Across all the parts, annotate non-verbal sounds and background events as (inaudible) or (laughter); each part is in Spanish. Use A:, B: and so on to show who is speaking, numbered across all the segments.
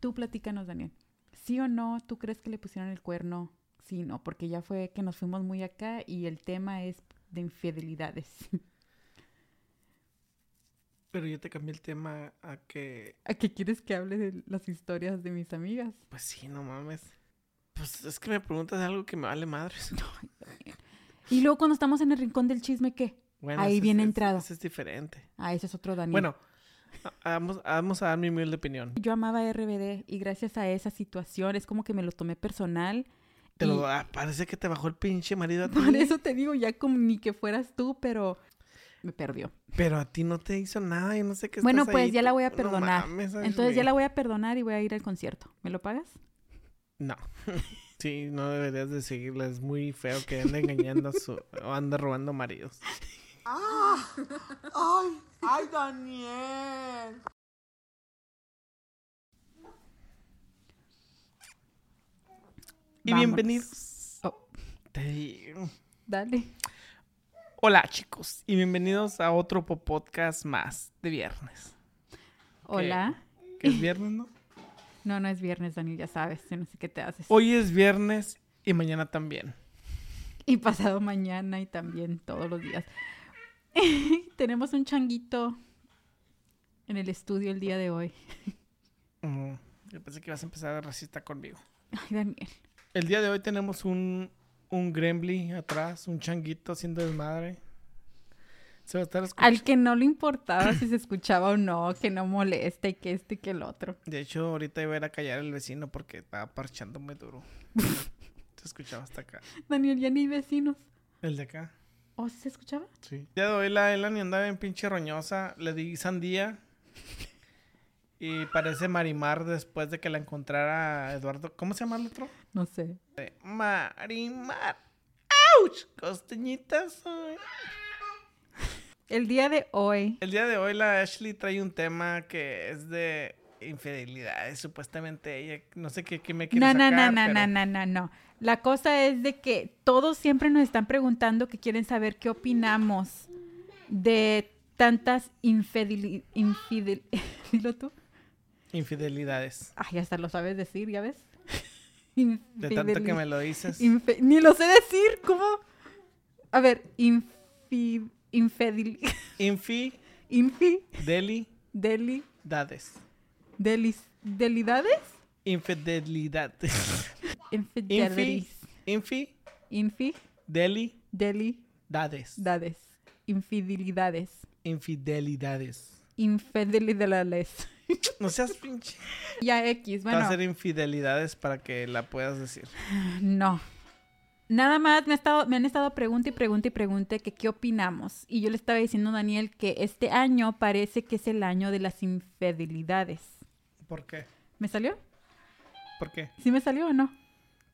A: Tú platícanos, Daniel. ¿Sí o no? ¿Tú crees que le pusieron el cuerno? Sí, no, porque ya fue que nos fuimos muy acá y el tema es de infidelidades. (laughs)
B: Pero yo te cambié el tema a que,
A: ¿A qué quieres que hable de las historias de mis amigas?
B: pues sí, no mames. Pues es que me preguntas algo que me vale madres.
A: Y luego cuando estamos en el rincón del chisme, ¿qué?
B: Bueno,
A: Ahí
B: ese es-
A: viene
B: ese-
A: entrado.
B: ese es diferente.
A: Ah, ese es otro Daniel.
B: Bueno, a- vamos, vamos a dar mi humilde opinión.
A: Yo amaba RBD y gracias a esa situación es como que me lo tomé personal.
B: Te lo-
A: y
B: ah, parece que te bajó el pinche marido a ti.
A: (laughs) Por eso te digo, ya como ni que fueras tú, pero me perdió.
B: Pero a ti no te hizo nada, yo no sé qué
A: Bueno,
B: estás
A: pues,
B: ahí
A: ya la
B: tú.
A: voy a
B: No
A: perdonar.
B: mames,
A: Entonces ya
B: Ashley.
A: la voy a perdonar y voy a ir al concierto. ¿Me lo pagas?
B: No. Sí, no deberías de seguirla. Es muy feo que ande engañando a su... o ande robando maridos.
C: Ah, ¡Ay! ¡Ay, Daniel!
B: Y
A: Vámonos.
B: bienvenidos.
A: Oh.
B: Te digo.
A: Dale.
B: Hola, chicos. Y bienvenidos a otro po- podcast más de viernes.
A: Hola.
B: Que es viernes, ¿no?
A: No, no es viernes, Daniel, ya sabes. yo No sé qué te haces.
B: Hoy es viernes y mañana también.
A: Y pasado mañana y también todos los días. (laughs) Tenemos un changuito en el estudio el día de hoy. (laughs)
B: Mm, yo pensé que ibas a empezar racista conmigo.
A: Ay, Daniel.
B: El día de hoy tenemos un, un gremlin atrás, un changuito haciendo desmadre. Se va a estar escuchando.
A: Al que no le importaba si se escuchaba o no, que no molesta y que este y que el otro.
B: De hecho, ahorita iba a ir a callar al vecino porque estaba parchando muy duro. se escuchaba hasta acá.
A: Daniel, ya ni hay vecinos.
B: El de acá.
A: ¿O sí se escuchaba?
B: Sí. El día de hoy la Elani andaba bien pinche roñosa. Le di sandía. Y parece Marimar después de que la encontrara Eduardo. ¿Cómo se llama el otro?
A: No sé.
B: Eh, Marimar. ¡Auch! Costeñitas. ay.
A: El día de hoy.
B: El día de hoy la Ashley trae un tema que es de infidelidades. Supuestamente ella. No sé qué, qué me quiere
A: No, no,
B: sacar.
A: no, no,
B: pero-
A: no, no, no, no. La cosa es de que todos siempre nos están preguntando que quieren saber qué opinamos de tantas infideli- infidel... Dilo tú.
B: Infidelidades.
A: Ay, hasta lo sabes decir, ¿ya ves?
B: De tanto que
A: Infideli-
B: me lo dices.
A: infe- Ni lo sé decir, ¿cómo? A ver, infi... Infidel...
B: Infidelidades.
A: Infi... Deli... Delis... Delidades?
B: Infidelidades. (laughs) Infi.
A: Infidelidades.
B: Infidelidades.
A: Infi... Delidades. Infidelidades.
B: Infidelidades.
A: Infidelidades.
B: No seas pinche.
A: (laughs) Ya X,
B: Va a
A: bueno,
B: hacer infidelidades para que la puedas decir.
A: no. Nada más me, ha estado- me han estado pregunta y pregunta y pregunta que qué opinamos. Y yo le estaba diciendo a Daniel que este año parece que es el año de las infidelidades.
B: ¿Por qué?
A: ¿Me salió?
B: ¿Por qué?
A: ¿Sí me salió o no?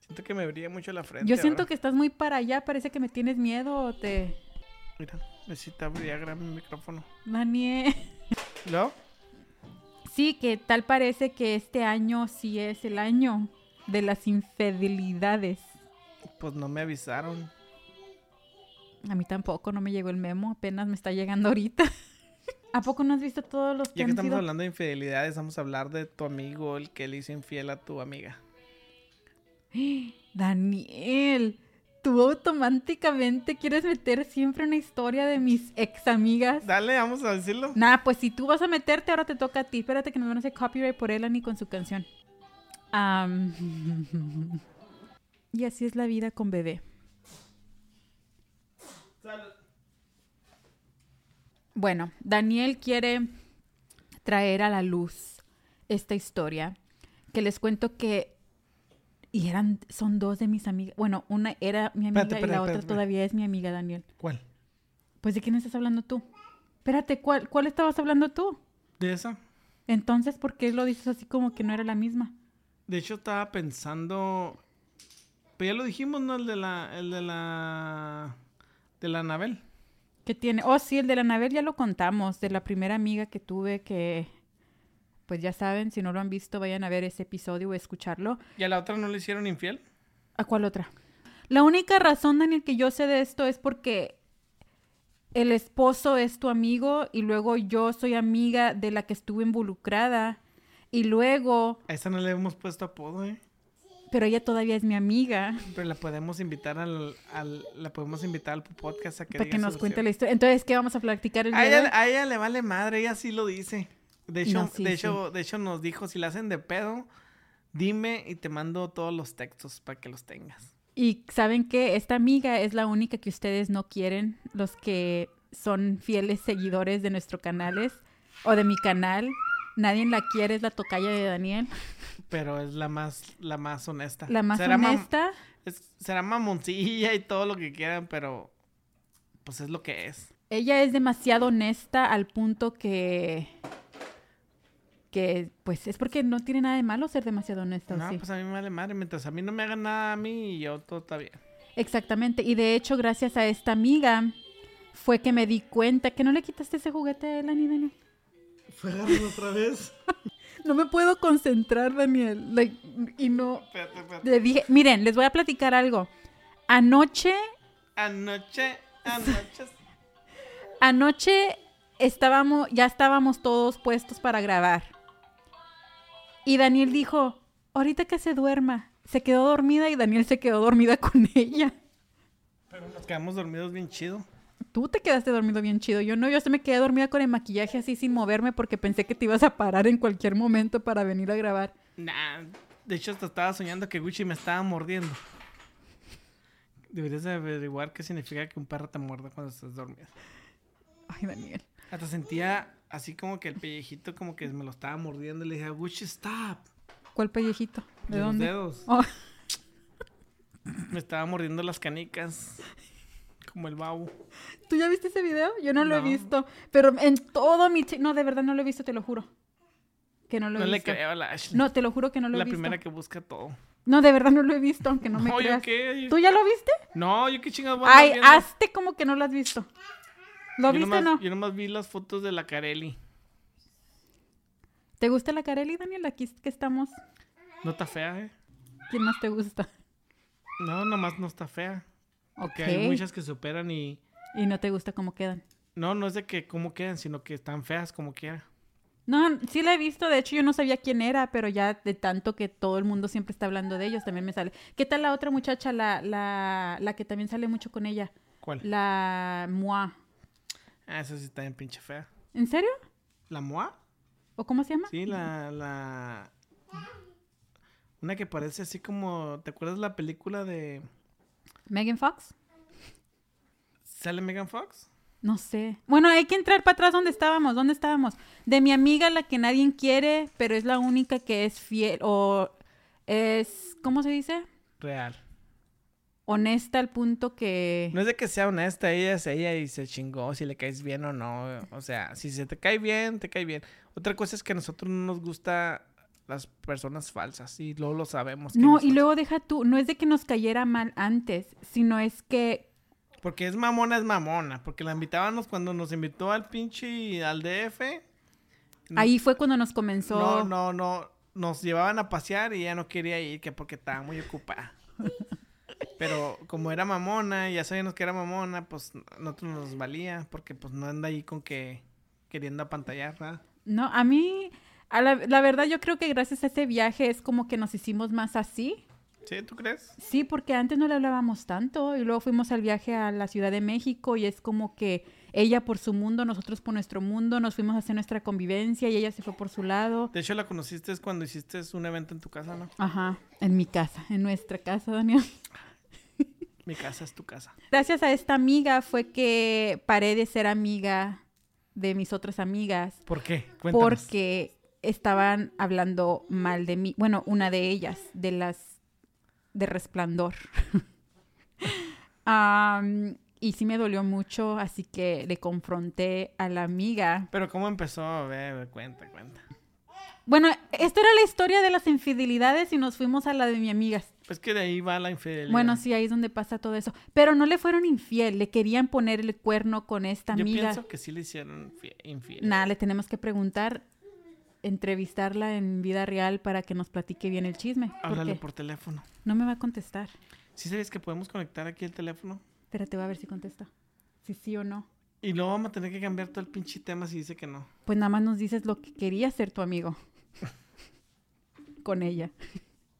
B: Siento que me brilla mucho la frente.
A: Yo siento que estás muy para allá, parece que me tienes miedo o te...
B: Mira, necesita brillar mi micrófono.
A: Daniel. (laughs)
B: ¿Lo?
A: Sí, que tal parece que este año sí es el año de las infidelidades.
B: Pues no me avisaron.
A: A mí tampoco, no me llegó el memo, apenas me está llegando ahorita. (laughs) ¿A poco no has visto todos los que
B: Ya que
A: han
B: estamos
A: sido?
B: hablando de infidelidades, vamos a hablar de tu amigo, el que le hizo infiel a tu amiga.
A: Daniel, tú automáticamente quieres meter siempre una historia de mis ex amigas.
B: Dale, vamos a decirlo.
A: Nada, pues si tú vas a meterte, ahora te toca a ti. Espérate que nos van a hacer copyright por él ni con su canción. Am. (laughs) y así es la vida con bebé. Bueno, Daniel quiere traer a la luz esta historia que les cuento que y eran son dos de mis amigas. Bueno, una era mi amiga
B: Espérate,
A: y
B: espérate,
A: la otra
B: espérate, espérate.
A: todavía es mi amiga Daniel.
B: ¿Cuál?
A: Pues de quién estás hablando tú? Espérate, ¿cuál cuál estabas hablando tú?
B: ¿De esa?
A: Entonces, ¿por qué lo dices así como que no era la misma?
B: De hecho, estaba pensando. Pero ya lo dijimos, ¿no? El de la. El de la. De la Anabel.
A: Que tiene. Oh, sí, el de la Anabel ya lo contamos, de la primera amiga que tuve que. Pues ya saben, si no lo han visto, vayan a ver ese episodio o escucharlo.
B: ¿Y a la otra no le hicieron infiel?
A: ¿A cuál otra? La única razón, Daniel, que yo sé de esto es porque el esposo es tu amigo y luego yo soy amiga de la que estuve involucrada. Y luego,
B: A esta no le hemos puesto apodo, ¿eh?
A: pero ella todavía es mi amiga,
B: Pero la podemos invitar al, al- la podemos invitar al podcast a que,
A: para
B: diga
A: que nos
B: su
A: cuente
B: versión.
A: la historia. Entonces, ¿qué vamos a platicar el
B: A
A: día de
B: ella,
A: hoy?
B: a ella le vale madre, ella sí lo dice. De hecho,
A: No, sí,
B: de hecho, de hecho nos dijo, si la hacen de pedo, dime y te mando todos los textos para que los tengas.
A: Y saben que esta amiga es la única que ustedes no quieren, los que son fieles seguidores de nuestro canales o de mi canal. Nadie la quiere, es la tocaya de Daniel,
B: Pero es la más, la más honesta.
A: la más
B: Será mam-
A: honesta.
B: es- será mamoncilla y todo lo que quieran, pero pues es lo que es.
A: Ella es demasiado honesta al punto que que pues es porque no tiene nada de malo ser demasiado honesta, ¿o
B: No,
A: sí?
B: pues a mí me vale madre. Mientras a mí no me hagan nada a mí, yo todo está bien.
A: Exactamente, y de hecho gracias a esta amiga fue que me di cuenta que no le quitaste ese juguete, Lani Daniel.
B: Fue otra vez.
A: No me puedo concentrar, Daniel, like, y no
B: Espérate, espérate.
A: Le dije, miren, les voy a platicar algo. Anoche,
B: Anoche, anoche.
A: anoche estábamos, ya estábamos todos puestos para grabar. Y Daniel dijo, ahorita que se duerma. Se quedó dormida y Daniel se quedó dormida con (laughs) ella.
B: Pero nos quedamos dormidos bien chido.
A: Tú te quedaste dormido bien chido. Yo no, yo se me quedé dormida con el maquillaje así sin moverme porque pensé que te ibas a parar en cualquier momento para venir a grabar.
B: Nah, de hecho hasta estaba soñando que Gucci me estaba mordiendo. Deberías de averiguar qué significa que un perro te muerda cuando estás dormido.
A: Ay, Daniel.
B: Hasta sentía así como que el pellejito como que me lo estaba mordiendo y le dije, Gucci, stop.
A: ¿Cuál pellejito? ¿De,
B: los
A: dónde?
B: dedos.
A: Oh.
B: Me estaba mordiendo las canicas. Como el babo.
A: ¿Tú ya viste ese video? Yo no, lo he
B: No.
A: visto. Pero en todo mi... chi- No, de verdad no lo he visto, te lo juro. Que no lo he
B: No le
A: visto.
B: creo a la Ashley.
A: No, te lo juro que no lo he
B: la
A: visto.
B: primera que busca todo.
A: No, de verdad no lo he visto, aunque no
B: (laughs)
A: me
B: No, yo
A: creas.
B: qué. yo-
A: ¿Tú ya lo viste?
B: No, yo qué chingados voy a andar
A: Ay,
B: viendo?
A: hazte como que no lo has visto. ¿Lo
B: Yo
A: viste o
B: nomás-
A: no?
B: Yo nomás vi las fotos de la Carelli.
A: ¿Te gusta la Carelli, Daniel? Aquí es que estamos.
B: No está fea, ¿eh?
A: ¿Quién más te gusta?
B: No, nomás no está fea.
A: Ok.
B: Porque hay muchas que se operan y...
A: Y no te gusta cómo quedan.
B: No, no es de que cómo quedan, sino que están feas como quiera.
A: No, sí la he visto. De hecho, yo no sabía quién era, pero ya de tanto que todo el mundo siempre está hablando de ellos, también me sale. ¿Qué tal la otra muchacha, la, la, la que también sale mucho con ella?
B: ¿Cuál?
A: La Moa.
B: Ah, esa sí está bien pinche fea.
A: ¿En serio?
B: ¿La Moa?
A: ¿O cómo se llama?
B: Sí, la, la... Una que parece así como... ¿Te acuerdas la película de...
A: Megan Fox.
B: ¿Sale Megan Fox?
A: No sé. Bueno, hay que entrar para atrás donde estábamos, ¿dónde estábamos? De mi amiga, la que nadie quiere, pero es la única que es fiel o es, ¿cómo se dice?
B: Real.
A: Honesta al punto que...
B: No es de que sea honesta, ella es ella y se chingó si le caes bien o no. O sea, si se te cae bien, te cae bien. Otra cosa es que a nosotros no nos gusta las personas falsas y luego lo sabemos. que
A: No,
B: nos-
A: y luego deja tú, no es de que nos cayera mal antes, sino es que
B: Porque es mamona, es mamona. Porque la invitábamos cuando nos invitó al pinche al DF. no-
A: ahí fue cuando nos comenzó...
B: No, no, no. Nos llevaban a pasear y ella no quería ir, que porque estaba muy ocupada. Pero como era mamona y ya sabíamos que era mamona, pues a nosotros nos valía, porque pues no anda ahí con que queriendo apantallar, nada.
A: No, a mí, a la, la verdad yo creo que gracias a ese viaje es como que nos hicimos más así.
B: ¿Sí? ¿Tú crees?
A: Sí, porque antes no le hablábamos tanto y luego fuimos al viaje a la Ciudad de México y es como que ella por su mundo, nosotros por nuestro mundo, nos fuimos a hacer nuestra convivencia y ella se fue por su lado.
B: De hecho, la conociste es cuando hiciste un evento en tu casa, ¿no?
A: Ajá, en mi casa, en nuestra casa, Daniel.
B: Mi casa es tu casa.
A: (laughs) Gracias a esta amiga fue que paré de ser amiga de mis otras amigas
B: ¿Por qué? Cuéntanos.
A: porque estaban hablando mal de mí. Bueno, una de ellas, de las de
B: (laughs)
A: Resplandor. Am, y sí me dolió mucho, así que le confronté a la amiga.
B: Pero ¿cómo empezó? A ver, cuenta, cuenta.
A: Bueno, esta era la historia de las infidelidades y nos fuimos a la de mi amiga.
B: Pues que de ahí va la infidelidad.
A: Bueno, sí, ahí es donde pasa todo eso. Pero no le fueron infiel, le querían poner el cuerno con esta
B: Yo
A: amiga.
B: pienso que sí le hicieron fie- infiel.
A: Nada, le tenemos que preguntar, entrevistarla en vida real para que nos platique bien el chisme.
B: Háblale
A: porque-
B: por teléfono.
A: No me va a contestar.
B: ¿Sí sabías que podemos conectar aquí el teléfono?
A: Espérate, voy a ver si contesta. Si sí o no.
B: Y luego vamos a tener que cambiar todo el pinche tema si dice que no.
A: Pues nada más nos dices lo que quería ser tu amigo. (laughs) con ella.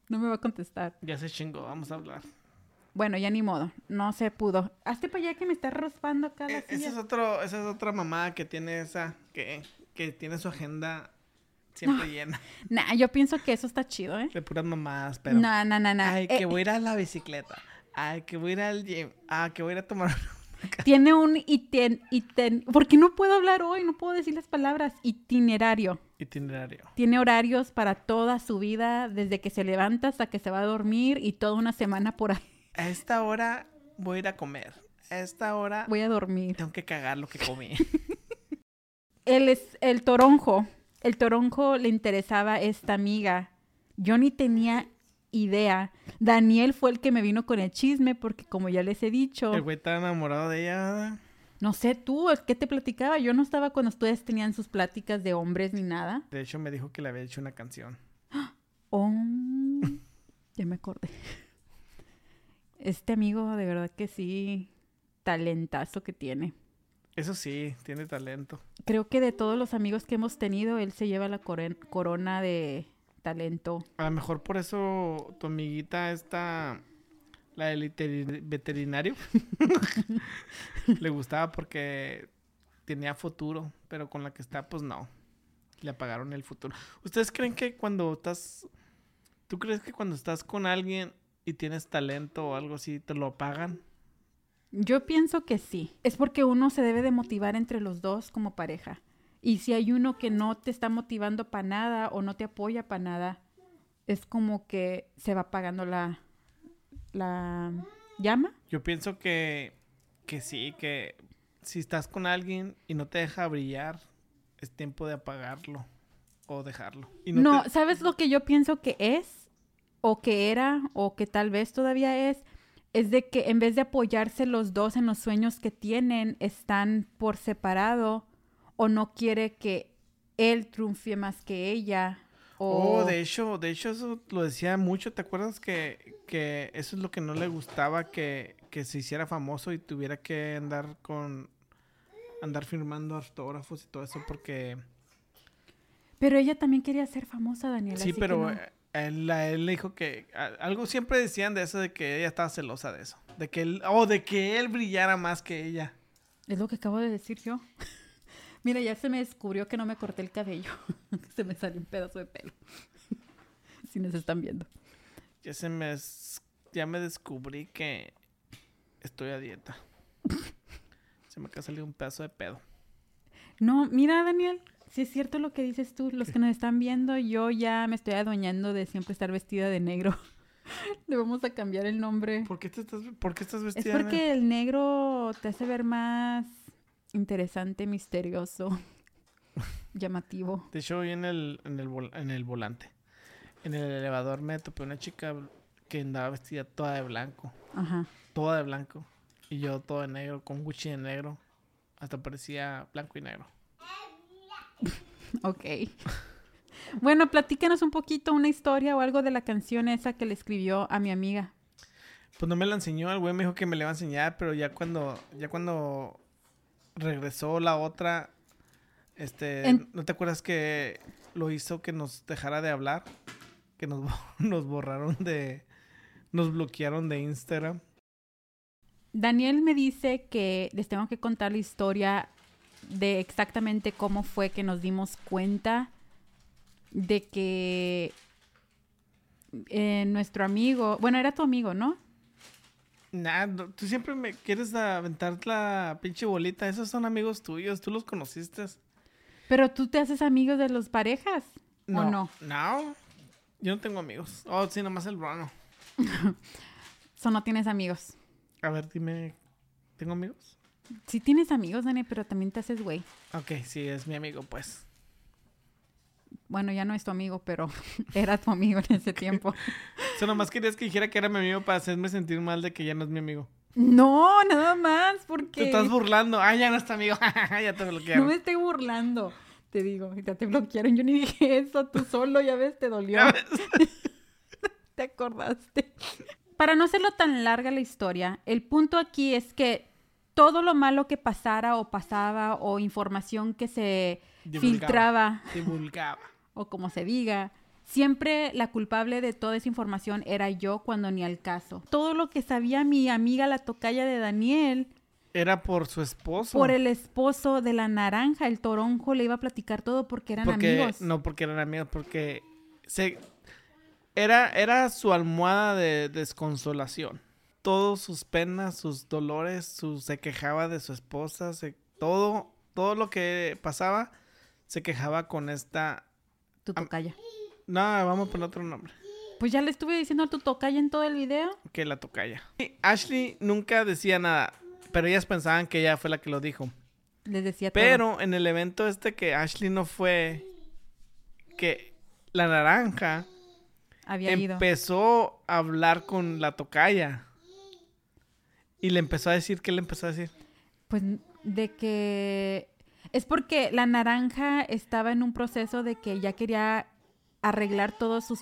A: No me va a contestar.
B: Ya se chingó, vamos a hablar.
A: Bueno, ya ni modo. No se pudo. Hazte para allá que me está raspando acá la
B: Eh, Ese es
A: silla.
B: otro, esa es otra mamada que tiene esa, que, que tiene su agenda siempre llena
A: Nah, yo pienso que eso está chido, ¿eh?
B: de puras mamadas, pero.
A: no, no, no, no.
B: Ay,
A: Eh,
B: que voy a ir a la bicicleta. Ay, que voy a ir al gym. Ah, que voy a ir a tomar. (laughs)
A: Tiene un iten, iten... ¿Por qué no puedo hablar hoy? No puedo decir las palabras. Itinerario.
B: Itinerario.
A: Tiene horarios para toda su vida, desde que se levanta hasta que se va a dormir y toda una semana por ahí.
B: A esta hora voy a ir a comer. A esta hora
A: Voy a dormir.
B: tengo que cagar lo que
A: (laughs)
B: comí.
A: El, es, el toronjo. El toronjo le interesaba a esta amiga. Yo ni tenía idea. Daniel fue el que me vino con el chisme porque como ya les he dicho,
B: El güey está enamorado de ella. ¿verdad?
A: no sé tú, ¿qué te platicaba? Yo no estaba cuando ustedes tenían sus pláticas de hombres ni nada.
B: De hecho, me dijo que le había hecho una canción.
A: Oh, ya me acordé. Este amigo, de verdad que sí, talentazo que tiene.
B: Eso sí, tiene talento.
A: Creo que de todos los amigos que hemos tenido, él se lleva la coren- corona de talento.
B: A lo mejor por eso tu amiguita esta, la del iteri- veterinario, (laughs) le gustaba porque tenía futuro, pero con la que está, pues no. Le apagaron el futuro. ¿Ustedes creen que cuando estás, tú crees que cuando estás con alguien y tienes talento o algo así, te lo apagan?
A: Yo pienso que sí. Es porque uno se debe de motivar entre los dos como pareja. Y si hay uno que no te está motivando para nada o no te apoya para nada, es como que se va apagando la, la llama.
B: Yo pienso que, que sí, que si estás con alguien y no te deja brillar, es tiempo de apagarlo o dejarlo. Y
A: No,
B: te-
A: ¿sabes lo que yo pienso que es? O que era, o que tal vez todavía es, es de que en vez de apoyarse los dos en los sueños que tienen, están por separado o no quiere que él triunfe más que ella. O
B: Oh, de hecho, de hecho eso lo decía mucho, ¿te acuerdas que, que eso es lo que no le gustaba que, que se hiciera famoso y tuviera que andar con andar firmando autógrafos y todo eso porque
A: Pero ella también quería ser famosa, Daniela.
B: sí,
A: así que
B: pero
A: no.
B: eh, él, a él le dijo que a- algo siempre decían de eso de que ella estaba celosa de eso, de que él o de que él brillara más que ella.
A: Es lo que acabo de decir yo. (laughs) Mira, ya se me descubrió que no me corté el cabello. (laughs) se me salió un pedazo de pelo. (laughs) si nos están viendo.
B: Ya se me es- ya me descubrí que estoy a (laughs) dieta. se me acaba de salir un pedazo de pedo.
A: No, mira, Daniel, si es cierto lo que dices tú, los que nos están viendo, yo ya me estoy adueñando de siempre estar vestida de negro. (laughs) Le vamos a cambiar el nombre.
B: ¿Por qué te estás por qué estás
A: Es
B: vestida? de-
A: porque el negro te hace ver más interesante, misterioso, (laughs) llamativo.
B: De hecho, hoy en el, en el, vol- en el volante, en el elevador me topé una chica bl- que andaba vestida toda de blanco,
A: Ajá.
B: toda de blanco, y yo todo de negro, con Gucci de negro, hasta parecía blanco y negro.
A: Ok. (laughs) Bueno, platícanos un poquito una historia o algo de la canción esa que le escribió a mi amiga.
B: Pues no me la enseñó, el güey me dijo que me la iba a enseñar, pero ya cuando, ya cuando regresó la otra, este,
A: En-
B: ¿no te acuerdas que lo hizo que nos dejara de hablar? Que nos, bo- (laughs) nos borraron de, nos bloquearon de Instagram.
A: Daniel me dice que les tengo que contar la historia de exactamente cómo fue que nos dimos cuenta de que eh, nuestro amigo, bueno, era tu amigo, ¿no?
B: Nah, no, tú siempre me quieres aventar la pinche bolita. Esos son amigos tuyos, tú los conociste.
A: Pero tú te haces amigos de las parejas, ¿o no?
B: No, yo no tengo amigos. Oh, sí, nomás el Bruno.
A: So, no tienes amigos.
B: A ver, dime, ¿tengo amigos?
A: Sí tienes amigos, Dani, pero también te haces güey.
B: Ok, sí, es mi amigo, pues.
A: Bueno, ya no es tu amigo, pero (laughs) era tu amigo en ese tiempo.
B: Eso nomás querías que dijera que era mi amigo para hacerme sentir mal de que ya no es mi amigo.
A: No, nada más,
B: Te
A: porque...
B: estás burlando. Ah, ya no es tu amigo. (laughs) ya te bloquearon.
A: No me estoy burlando. Te digo, ya te bloquearon. Yo ni (laughs) dije eso. Tú solo, ya ves, te dolió.
B: (laughs) Ya ves.
A: Te acordaste. Para no hacerlo tan larga la historia, el punto aquí es que todo lo malo que pasara o pasaba o información que se
B: Divulgaba.
A: filtraba
B: Divulgaba.
A: o como se diga, Siempre la culpable de toda esa información era yo cuando ni al caso. Todo lo que sabía mi amiga la tocaya de Daniel
B: Era por su esposo.
A: por el esposo de la naranja, el toronjo, le iba a platicar todo porque eran
B: porque,
A: amigos.
B: No, porque eran amigos, porque se era, era su almohada de desconsolación. Todos sus penas, sus dolores, su, se quejaba de su esposa, se, todo, todo lo que pasaba, se quejaba con esta.
A: Tu tocaya.
B: No, vamos por otro nombre.
A: Pues ya le estuve diciendo a tu tocaya en todo el video.
B: que la tocaya. Y Ashley nunca decía nada, pero ellas pensaban que ella fue la que lo dijo.
A: Les decía todo.
B: Pero en el evento este que Ashley no fue, que la naranja
A: había ido.
B: empezó a hablar con la tocaya. Y le empezó a decir, ¿qué le empezó a decir?
A: Pues de que es porque la naranja estaba en un proceso de que ya quería arreglar todos sus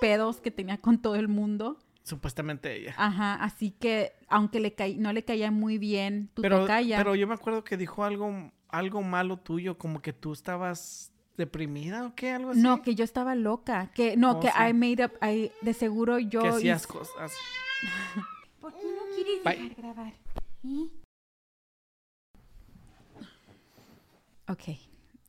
A: pedos que tenía con todo el mundo.
B: Supuestamente ella.
A: Ajá, así que aunque le caí- no le caía muy bien tu
B: pero,
A: tocaya.
B: pero yo me acuerdo que dijo algo, algo malo tuyo, como que tú estabas deprimida o qué, algo así.
A: No, que yo estaba loca, que no,
B: Oh,
A: que
B: sí.
A: I made up, I- de seguro yo
B: que hacías
A: hice-
B: cosas.
D: ¿Por qué no quieres
B: Bye.
D: dejar grabar? ¿Eh?
A: Ok,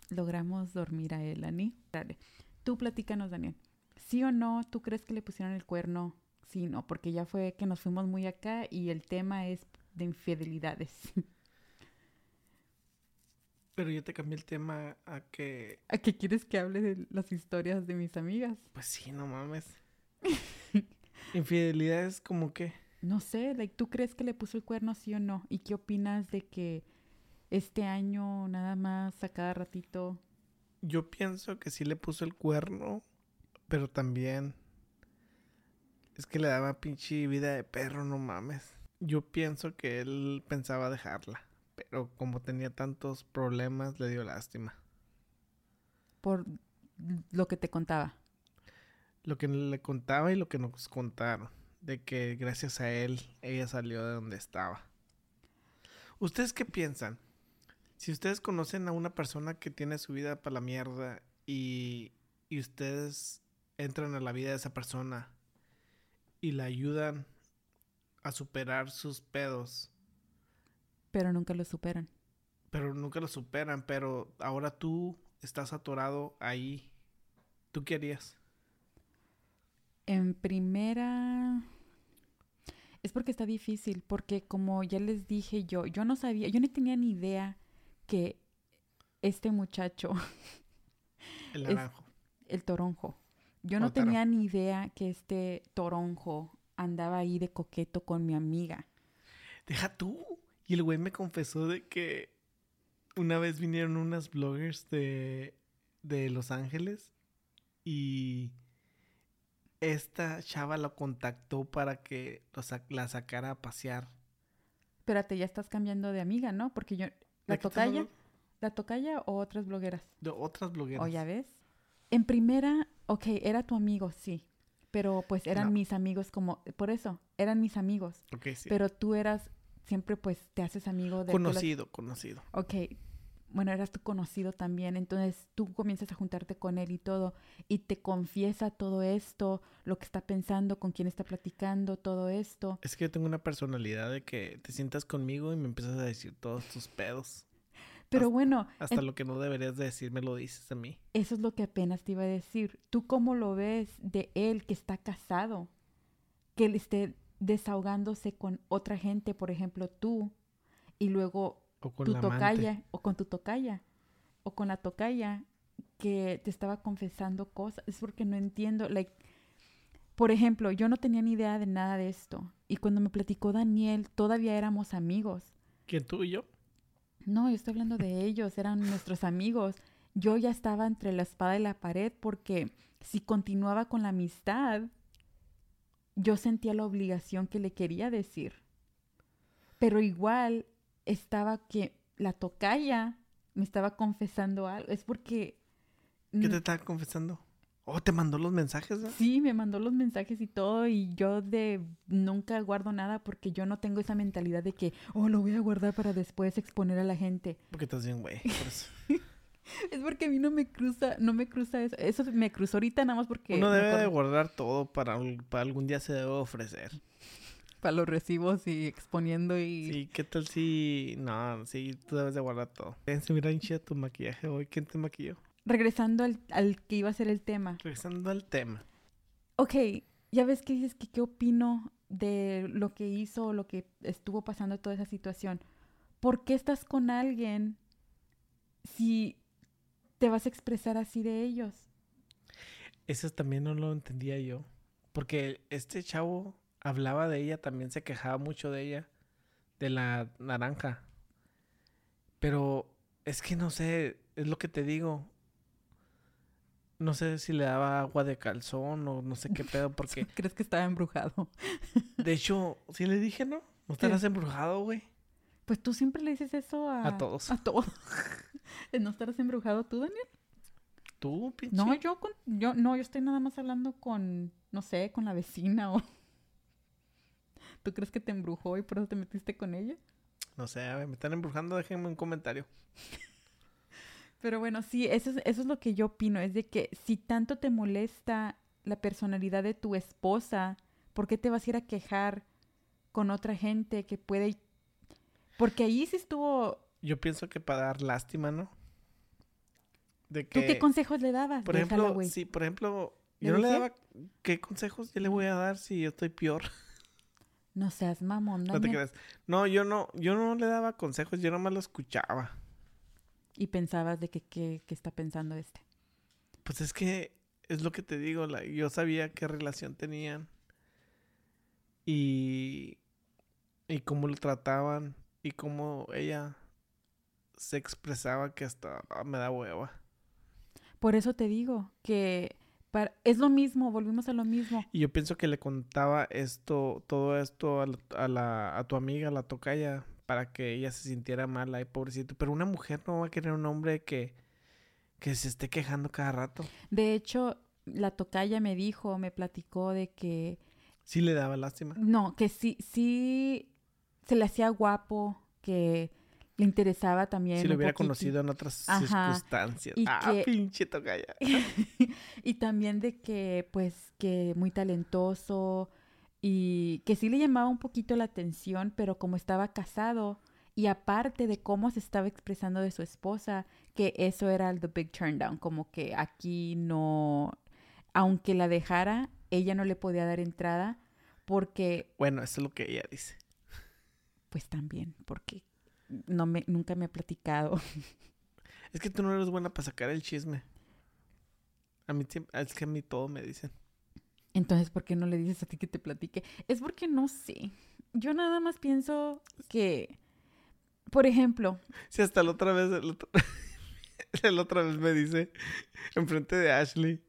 A: logramos dormir a él, Ani. Dale. Tú platícanos, Daniel. ¿Sí o no? ¿Tú crees que le pusieron el cuerno? Sí, no, porque ya fue que nos fuimos muy acá y el tema es de infidelidades. (laughs)
B: Pero yo te cambié el tema a que
A: ¿A qué quieres que hable de las historias de mis amigas?
B: Pues sí, no mames. (laughs) Infidelidades como que.
A: No sé, like, ¿tú crees que le puso el cuerno sí o no? ¿Y qué opinas de que este año nada más a cada ratito?
B: Yo pienso que sí le puso el cuerno, pero también. Es que le daba pinche vida de perro, no mames. Yo pienso que él pensaba dejarla, pero como tenía tantos problemas, le dio lástima.
A: por lo que te contaba.
B: Lo que le contaba y lo que nos contaron, de que gracias a él ella salió de donde estaba. ¿Ustedes qué piensan? Si ustedes conocen a una persona que tiene su vida para la mierda y, y ustedes entran a la vida de esa persona y la ayudan a superar sus pedos,
A: Pero nunca lo superan.
B: pero nunca lo superan, pero ahora tú estás atorado ahí, ¿tú qué harías?
A: En primera... Es porque está difícil, porque como ya les dije yo, yo no sabía, yo no tenía ni idea que este muchacho, (laughs)
B: El
A: Es-
B: naranjo.
A: el toronjo, yo no
B: Oh, Taro.
A: tenía ni idea que este toronjo andaba ahí de coqueto con mi amiga.
B: Deja tú. Y el güey me confesó de que una vez vinieron unas bloggers de, de Los Ángeles y esta chava lo contactó para que lo sac- la sacara a pasear.
A: Espérate, ya estás cambiando de amiga, ¿no? Porque yo... ¿La
B: qué te
A: tocaya?
B: hablo?
A: ¿La tocaya o otras blogueras?
B: De otras blogueras.
A: ¿O Oh, ya ves? En primera, ok, era tu amigo, sí. Pero pues eran
B: No.
A: mis amigos como... Por eso, eran mis amigos.
B: Ok, sí.
A: Pero tú eras... Siempre pues te haces amigo de... de los-
B: conocido, conocido.
A: ok, bueno, eras tu conocido también. Entonces tú comienzas a juntarte con él y todo. Y te confiesa todo esto, lo que está pensando, con quién está platicando, todo esto.
B: Es que yo tengo una personalidad de que te sientas conmigo y me empiezas a decir todos tus pedos.
A: Pero
B: Hasta-
A: bueno,
B: Hasta lo que no deberías de decir me lo dices a mí.
A: Eso es lo que apenas te iba a decir. ¿Tú cómo lo ves de él que está casado? Que él esté desahogándose con otra gente, por ejemplo, tú, y luego
B: O con
A: tu
B: la amante.
A: tocaya, o con tu tocaya, o con la tocaya que te estaba confesando cosas. Es porque no entiendo. Like, por ejemplo, yo no tenía ni idea de nada de esto. Y cuando me platicó Daniel, todavía éramos amigos.
B: ¿Quién tú y yo?
A: No, yo estoy hablando de ellos, eran nuestros amigos. Yo ya estaba entre la espada y la pared porque si continuaba con la amistad, yo sentía la obligación que le quería decir. Pero igual estaba que la tocaya me estaba confesando algo. Es porque...
B: ¿Qué
A: mm,
B: te estaba confesando? Oh, te mandó los mensajes, ¿verdad?
A: Sí, me mandó los mensajes y todo y yo de nunca guardo nada porque yo no tengo esa mentalidad de que, oh, lo voy a guardar para después exponer a la gente. (laughs)
B: Porque estás bien, güey. por eso.
A: Es porque a mí no me cruza, no me cruza eso. Eso me cruzó ahorita nada más porque...
B: Uno
A: me
B: debe de
A: acordé.
B: guardar todo para, al- para algún día se debe ofrecer.
A: Para los recibos y exponiendo y...
B: Sí, ¿qué tal si...? No, sí, tú debes de guardar todo. Fíjense, mira bien chida tu maquillaje hoy. ¿Quién te maquilló?
A: Regresando al, al que iba a ser el tema.
B: Regresando al tema.
A: Ok, ya ves que dices que qué opino de lo que hizo o lo que estuvo pasando toda esa situación. ¿Por qué estás con alguien si te vas a expresar así de ellos?
B: Eso también no lo entendía yo. Porque este chavo hablaba de ella, también se quejaba mucho de ella, de la naranja. Pero es que no sé, es lo que te digo. No sé si le daba agua de calzón o no sé
A: (laughs)
B: qué pedo, porque
A: ¿Crees que estaba embrujado?
B: de hecho, sí le dije, ¿no? No estarás embrujado, güey.
A: Pues tú siempre le dices eso a...
B: A todos.
A: A (laughs) todos. ¿No estarás embrujado tú, Daniel?
B: Tú, pinche.
A: No, yo, con- yo, no, yo estoy nada más hablando con, no sé, con la vecina o... (laughs) ¿Tú crees que te embrujó y por eso te metiste con ella?
B: No sé, a ver, me están embrujando, déjenme un comentario.
A: Pero bueno, sí, eso es, eso es lo que yo opino, es de que si tanto te molesta la personalidad de tu esposa, ¿por qué te vas a ir a quejar con otra gente que puede... Porque ahí sí estuvo...
B: Yo pienso que para dar lástima, ¿no? De
A: ¿Tú qué consejos le dabas?
B: Por
A: Déjala,
B: ejemplo,
A: güey.
B: sí, por ejemplo,
A: ¿Le
B: yo no le
A: dije?
B: daba qué consejos yo le voy a dar si yo estoy peor. (laughs)
A: No seas mamón,
B: No te
A: Daniel.
B: creas. No, yo no, yo no le daba consejos, yo nomás lo escuchaba.
A: Y pensabas de que qué qué está pensando este.
B: Pues es que es lo que te digo, la- yo sabía qué relación tenían y, y cómo lo trataban y cómo ella se expresaba que hasta ah, me da hueva.
A: Por eso te digo que para- es lo mismo, volvimos a lo mismo.
B: Y yo pienso que le contaba esto, todo esto a, la- a la- a tu amiga, a la tocaya, para que ella se sintiera mala y pobrecito. Pero una mujer no va a querer un hombre que, que se esté quejando cada rato.
A: De hecho, la tocaya me dijo, me platicó de que
B: Sí le daba lástima.
A: No, que sí, sí se le hacía guapo, que le interesaba también.
B: Si lo
A: un
B: hubiera
A: poquito.
B: conocido en otras
A: Ajá.
B: circunstancias.
A: Y
B: ah,
A: que- Eh.
B: pinche tocaya.
A: (laughs) y también de que, pues, que muy talentoso y que sí le llamaba un poquito la atención, pero como estaba casado y aparte de cómo se estaba expresando de su esposa, que eso era el the big turn down, como que aquí no, aunque la dejara, ella no le podía dar entrada porque
B: Bueno, eso es lo que ella dice.
A: Pues también, porque no me, nunca me ha platicado.
B: Es que tú no eres buena para sacar el chisme. A mí, siem- es que a mí todo me dicen.
A: Entonces, ¿por qué no le dices a ti que te platique? Es porque no sé. Yo nada más pienso que, por ejemplo,
B: Si hasta la otra (laughs) vez, el otro- la otra vez me dice, enfrente de Ashley,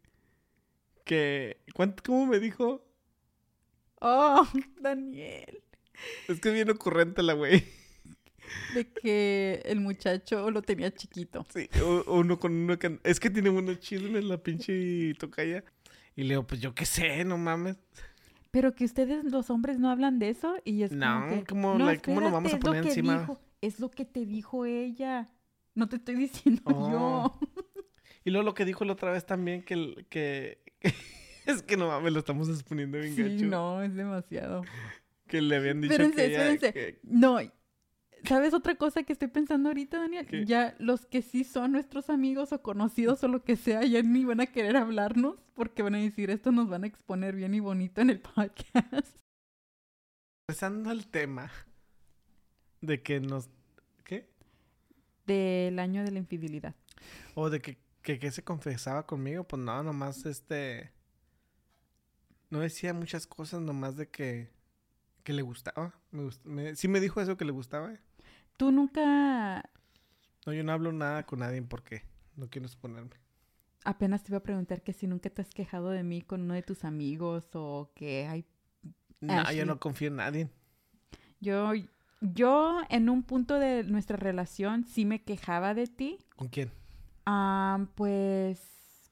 B: que, ¿cuánto, ¿cómo me dijo?
A: oh, (laughs) Daniel,
B: Es que es bien ocurrente la güey. (laughs)
A: de que el muchacho lo tenía chiquito.
B: Sí, u- uno con uno que... Es que tiene unos chismes la pinche tocaya. Y le digo, pues yo qué sé, no mames.
A: Pero que ustedes los hombres no hablan de eso y es
B: No,
A: como que,
B: ¿cómo la- cómo nos vamos a
A: espérate, es lo
B: poner
A: que
B: encima?"
A: dijo- es lo que te dijo ella. No te estoy (laughs) diciendo
B: Oh.
A: yo.
B: Y luego lo que dijo la otra vez también que... el- que... (laughs) Es que no mames, lo estamos exponiendo bien
A: Sí,
B: gacho.
A: no, es demasiado.
B: Que le habían dicho
A: Espérense,
B: que ella-
A: espérense.
B: que-
A: No, ¿sabes otra cosa que estoy pensando ahorita, Daniel?
B: ¿Qué?
A: Ya los que sí son nuestros amigos o conocidos o lo que sea, ya ni van a querer hablarnos porque van a decir esto nos van a exponer bien y bonito en el podcast.
B: Regresando al tema de que nos... ¿Qué?
A: Del año de la infidelidad.
B: O de que, que, que se confesaba conmigo, pues no, nomás este... No decía muchas cosas, nomás de que... Que le gustaba. Me gust- me- sí me dijo eso que le gustaba. ¿eh?
A: Tú nunca,
B: No, yo no hablo nada con nadie porque no quiero exponerme.
A: apenas te iba a preguntar que si nunca te has quejado de mí con uno de tus amigos o que hay...
B: No,
A: Ashley.
B: yo no confío en nadie.
A: Yo, yo en un punto de nuestra relación sí me quejaba de ti.
B: ¿Con quién?
A: Ah, pues,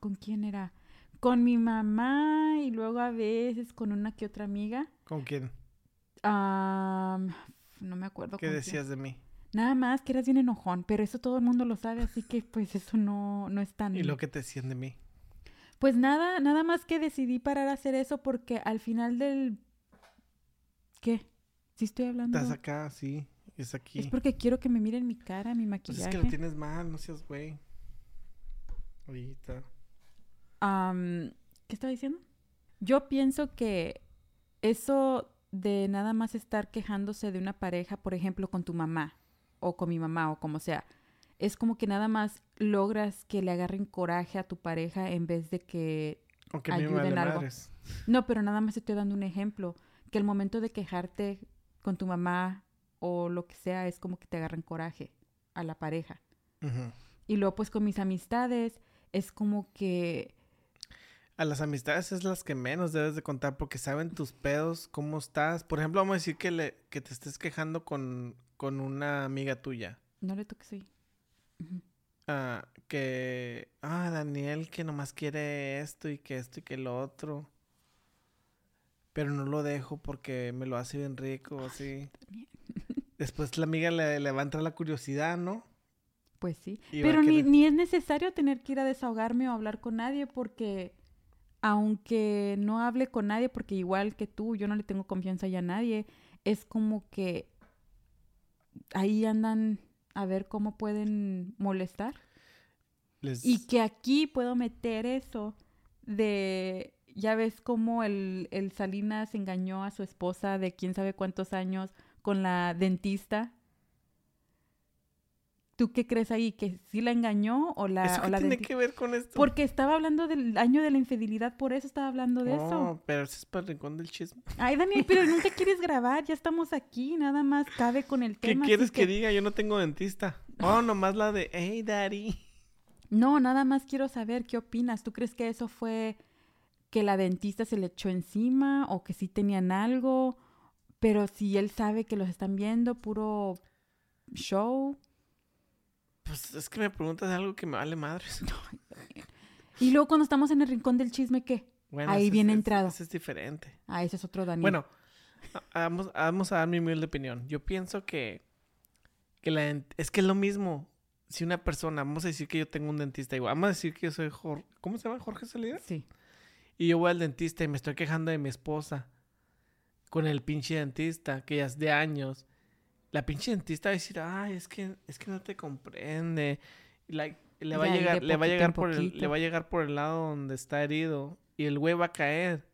A: ¿con quién era? Con mi mamá y luego a veces con una que otra amiga.
B: ¿Con quién?
A: Ah, no me acuerdo.
B: ¿Qué
A: con quién.
B: decías de mí?
A: Nada más que eras bien enojón, pero eso todo el mundo lo sabe, así que pues eso no, no es tan...
B: Y lo que te decían de mí.
A: Pues nada, nada más que decidí parar a hacer eso porque al final del... ¿Qué? Sí estoy hablando.
B: Estás acá, sí. Es aquí.
A: Es porque ¿eh? quiero que me miren mi cara, mi
B: Pues
A: maquillaje.
B: es que lo tienes mal, no seas güey. Ahorita.
A: Am, ¿Qué estaba diciendo? Yo pienso que eso de nada más estar quejándose de una pareja, por ejemplo, con tu mamá o con mi mamá o como sea, es como que nada más logras que le agarren coraje a tu pareja en vez de que...
B: Aunque me
A: Ayuda en
B: vale
A: algo.
B: madres.
A: No, pero nada más estoy dando un ejemplo, que el momento de quejarte con tu mamá o lo que sea es como que te agarran coraje a la pareja.
B: Ujú.
A: Y luego pues con mis amistades es como que...
B: A las amistades es las que menos debes de contar porque saben tus pedos, cómo estás. Por ejemplo, vamos a decir que, le, que te estés quejando con, con una amiga tuya.
A: No le toques ahí.
B: Ah, que, ah, Daniel, que nomás quiere esto y que esto y que lo otro. Pero no lo dejo porque me lo hace bien rico, así.
A: Daniel. (laughs)
B: Después la amiga le, le va a entrar la curiosidad, ¿no?
A: Pues sí.
B: Y va a
A: Pero ni,
B: querer-
A: ni es necesario tener que ir a desahogarme o hablar con nadie porque aunque no hable con nadie, porque igual que tú, yo no le tengo confianza ya a nadie, es como que ahí andan a ver cómo pueden molestar.
B: Les-
A: Y que aquí puedo meter eso de, ya ves cómo el, el Salinas engañó a su esposa de quién sabe cuántos años con la dentista. ¿Tú qué crees ahí? ¿Que sí la engañó o la,
B: ¿Eso
A: o
B: qué
A: la
B: tiene
A: denti-
B: que ver con esto?
A: Porque estaba hablando del año de la infidelidad, por eso estaba hablando de eso.
B: No, pero ese es para el rincón del chisme.
A: Ay, Daniel, pero nunca quieres grabar, ya estamos aquí, nada más cabe con el
B: ¿Qué
A: tema. así
B: quieres que... diga? Yo no tengo dentista. Oh, nomás la de, hey, daddy.
A: No, nada más quiero saber qué opinas. ¿Tú crees que eso fue que la dentista se le echó encima o que sí tenían algo? Pero si él sabe que los están viendo, puro show.
B: Pues es que me preguntas algo que me vale (laughs) madres.
A: Y luego cuando estamos en el rincón del chisme, ¿qué?
B: Bueno,
A: Ahí
B: ese es-
A: viene
B: ese-
A: entrado.
B: ese es diferente.
A: Ah, ese es otro Daniel.
B: Bueno, a- vamos, vamos a dar mi humilde opinión. Yo pienso que, que la dent- es que es lo mismo. Si una persona, vamos a decir que yo tengo un dentista igual, vamos a decir que yo soy Jorge, ¿cómo se llama? Jorge Salinas.
A: Sí.
B: Y yo voy al dentista y me estoy quejando de mi esposa con el pinche dentista, que ya es de años. La pinche dentista va a decir, ay, es que, es que no te comprende. La- le, va a
A: Ya, y de
B: llegar, le va a
A: poquito en
B: llegar por el, le
A: poquito.
B: va a llegar por el lado donde está herido. Y el güey va a caer.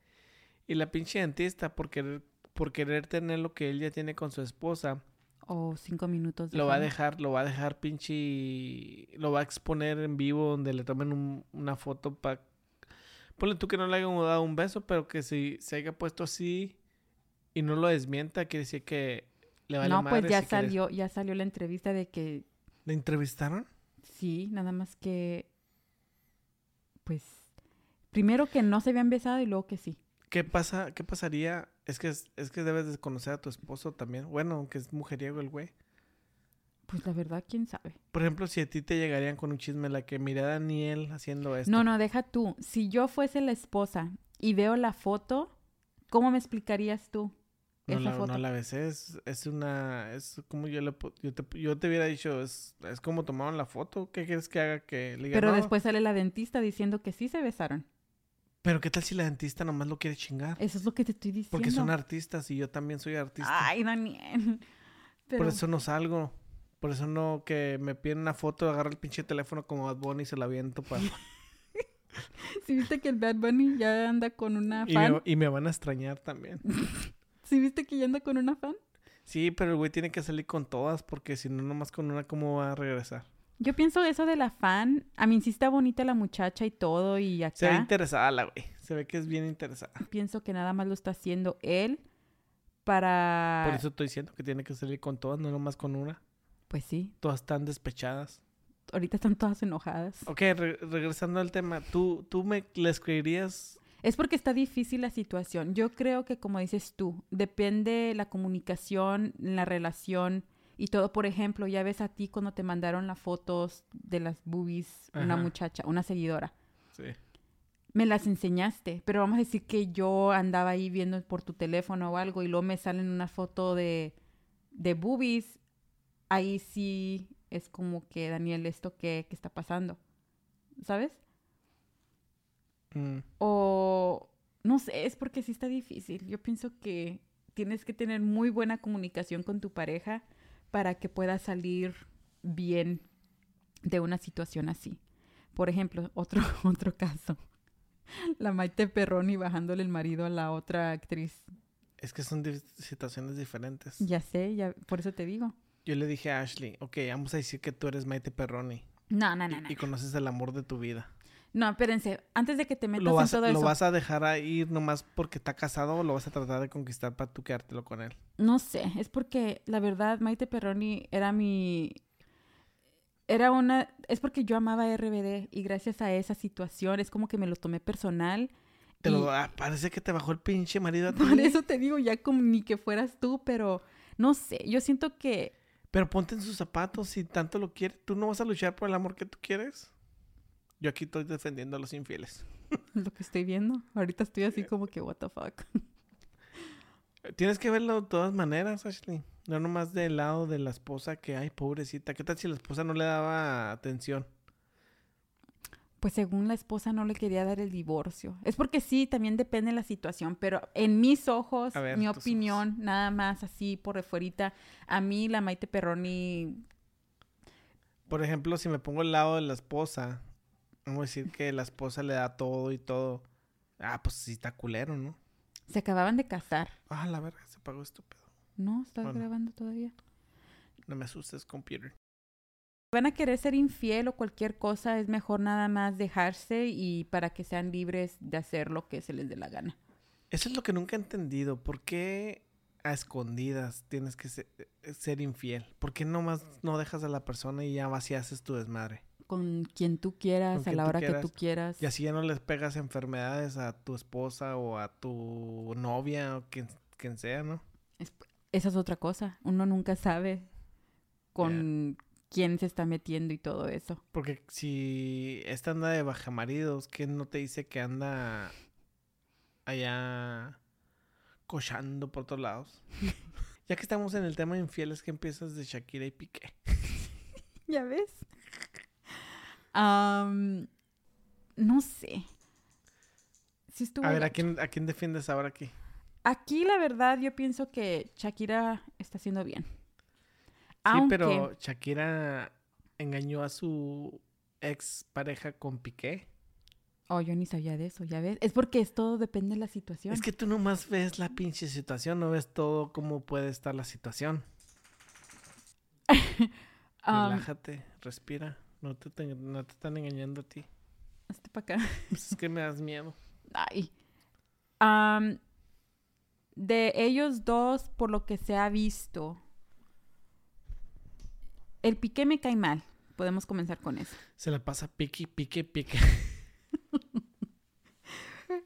B: Y la pinche dentista, por querer, por querer tener lo que él ya tiene con su esposa,
A: O cinco minutos. de
B: lo va a
A: fama.
B: dejar, lo va a dejar pinche. Lo va a exponer en vivo donde le tomen un- una foto para. Ponle tú que no le hayan dado un beso, pero que si se haya puesto así y no lo desmienta, quiere decir que le vale
A: no, pues
B: madres
A: ya
B: y que le-
A: salió, ya salió la entrevista de que
B: ¿Le entrevistaron?
A: sí, nada más que, pues, primero que no se habían besado y luego que sí.
B: ¿Qué pasa? ¿Qué pasaría? Es que es, es que debes desconocer a tu esposo también. Bueno, aunque es mujeriego el güey.
A: Pues la verdad, quién sabe.
B: Por ejemplo, si a ti te llegarían con un chisme la que mira a Daniel haciendo esto.
A: No, no, deja tú. Si yo fuese la esposa y veo la foto, ¿cómo me explicarías tú
B: No
A: esa
B: la,
A: foto?
B: no la ves, es, es una, es como yo le, pu- yo te, yo te hubiera dicho, es, es como tomaron la foto, ¿qué quieres que haga? Que le diga,
A: Pero
B: "No"?
A: después sale la dentista diciendo que sí se besaron.
B: Pero qué tal si la dentista nomás lo quiere chingar,
A: Eso es lo que te estoy diciendo.
B: porque son artistas y yo también soy artista,
A: Ay, Daniel. Pero
B: (laughs) por eso no salgo, por eso no que me piden una foto, agarro el pinche teléfono como Bad Bunny y se la
A: (laughs)
B: aviento para,
A: si viste que el Bad Bunny ya anda con una
B: y, me,
A: fan.
B: y me van a extrañar
A: (laughs)
B: también.
A: Si viste que ya anda con una fan.
B: Sí, pero el güey tiene que salir con todas, porque si no nomás con una, ¿cómo va a regresar?
A: Yo pienso eso de la fan. A mí sí está bonita la muchacha y todo y acá.
B: Se ve interesada la güey, se ve que es bien interesada.
A: Pienso que nada más lo está haciendo él para...
B: Por eso estoy diciendo que tiene que salir con todas, no nomás con una.
A: Pues sí,
B: Todas están despechadas.
A: ahorita están todas enojadas.
B: Ok, re- regresando al tema, ¿tú, tú me les creerías?
A: Es porque está difícil la situación. Yo creo que, como dices tú, depende la comunicación, la relación y todo. Por ejemplo, ya ves a ti cuando te mandaron las fotos de las boobies, una
B: Ajá.
A: muchacha, una seguidora.
B: Sí.
A: Me las enseñaste, pero vamos a decir que yo andaba ahí viendo por tu teléfono o algo y luego me salen una foto de, de boobies ahí sí es como que, Daniel, ¿esto qué, qué está pasando? ¿Sabes?
B: Mm.
A: O no sé, es porque sí está difícil. Yo pienso que tienes que tener muy buena comunicación con tu pareja para que pueda salir bien de una situación así. Por ejemplo, otro, (laughs) otro caso. La Maite Perroni bajándole el marido a la otra actriz.
B: Es que son dif- situaciones diferentes.
A: Ya sé, ya, por eso te digo.
B: Yo le dije a Ashley, ok, vamos a decir que tú eres Maite Perroni
A: No, no,
B: y,
A: no, no.
B: y conoces el amor de tu vida.
A: No, espérense, antes de que te metas
B: ¿Lo vas,
A: en todo
B: ¿Lo
A: eso.
B: vas a dejar a ir nomás porque está casado o lo vas a tratar de conquistar para tú quedártelo con él?
A: No sé, es porque la verdad Maite Perroni era mi... Era una... Es porque yo amaba RBD y gracias a esa situación es como que me lo tomé personal.
B: Te
A: Y-
B: lo, ah, parece que te bajó el
A: (laughs)
B: pinche marido a ti.
A: Por eso te digo, ya como ni que fueras tú, pero no sé, yo siento que...
B: Pero ponte en sus zapatos si tanto lo quiere. ¿Tú no vas a luchar por el amor que tú quieres? Yo aquí estoy defendiendo a los infieles.
A: Lo que estoy viendo, ahorita estoy así como que, what the fuck. (laughs)
B: Eh, Tienes que verlo de todas maneras, Ashley. No nomás del lado de la esposa que, ay, pobrecita. ¿Qué tal si la esposa no le daba atención?
A: Pues según la esposa no le quería dar el divorcio. Es porque sí, también depende de la situación, pero en mis ojos,
B: A ver,
A: mi
B: tus ojos.
A: opinión, nada más así por fuerita, a mí la Maite Perroni
B: Por ejemplo, si me pongo al lado de la esposa, vamos a decir que la esposa le da todo y todo. Ah, pues sí está culero, ¿no?
A: se acababan de casar.
B: Ah, la verga, se pagó estúpido.
A: No, estás
B: Bueno.
A: grabando todavía.
B: No me asustes, computer.
A: Van a querer ser infiel o cualquier cosa, es mejor nada más dejarse y para que sean libres de hacer lo que se les dé la gana.
B: Eso es lo que nunca he entendido. ¿Por qué a escondidas tienes que se- eh, ser, infiel? ¿Por qué nomás no dejas a la persona y ya vas y haces tu desmadre?
A: Con quien tú quieras,
B: Con
A: a
B: quien
A: la
B: tú
A: hora
B: quieras.
A: que tú quieras.
B: Y así ya no les pegas enfermedades a tu esposa o a tu novia o quien, quien sea, ¿no?
A: Esa es otra cosa. Uno nunca sabe con quién se está metiendo y todo eso.
B: Porque si esta anda de bajamaridos, ¿quién no te dice que anda allá cochando por todos lados? ya que estamos en el tema de infieles, que empiezas de Shakira y Piqué?
A: (laughs) ¿Ya ves? Am, no sé. Sí estuvo
B: A ver, ¿a
A: gacho.
B: quién, ¿a quién defiendes ahora aquí?
A: Aquí la verdad yo pienso que Shakira está haciendo bien.
B: Sí,
A: Aunque,
B: pero Shakira engañó a su ex pareja con Piqué.
A: Oh, yo ni sabía de eso, ya ves. Es porque es todo depende de la situación.
B: Es que tú nomás ves la pinche situación, no ves todo cómo puede estar la situación.
A: Am,
B: Relájate, respira. No te, te- no te están engañando a ti.
A: hazte pa' acá. (laughs)
B: Pues es que me das miedo.
A: Ay. Am, de ellos dos, por lo que se ha visto, el piqué me cae mal. Podemos comenzar con eso.
B: Se la pasa pique, pique, pique.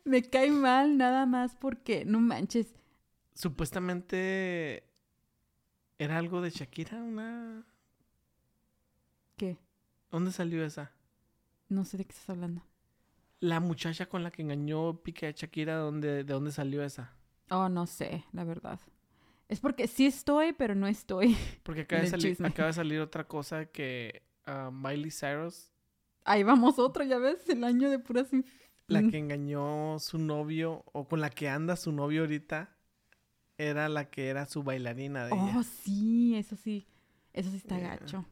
A: Me cae mal nada más porque, no manches,
B: Supuestamente era algo de Shakira, una...
A: ¿qué?
B: ¿Dónde salió esa?
A: No sé de qué estás hablando.
B: La muchacha con la que engañó Piqué a Shakira, ¿dónde, ¿de dónde salió esa?
A: Oh, no sé, la verdad. Es porque sí estoy, pero no estoy.
B: Porque acaba
A: Del
B: de, salir,
A: chisme.
B: acaba de salir otra cosa que ah, Miley Cyrus,
A: Ahí vamos otro, ya ves, el año de puras... inf-
B: la
A: Mm.
B: que engañó su novio o con la que anda su novio ahorita, era la que era su bailarina de
A: Oh,
B: ella.
A: sí, eso sí. Eso sí está
B: Yeah.
A: gacho.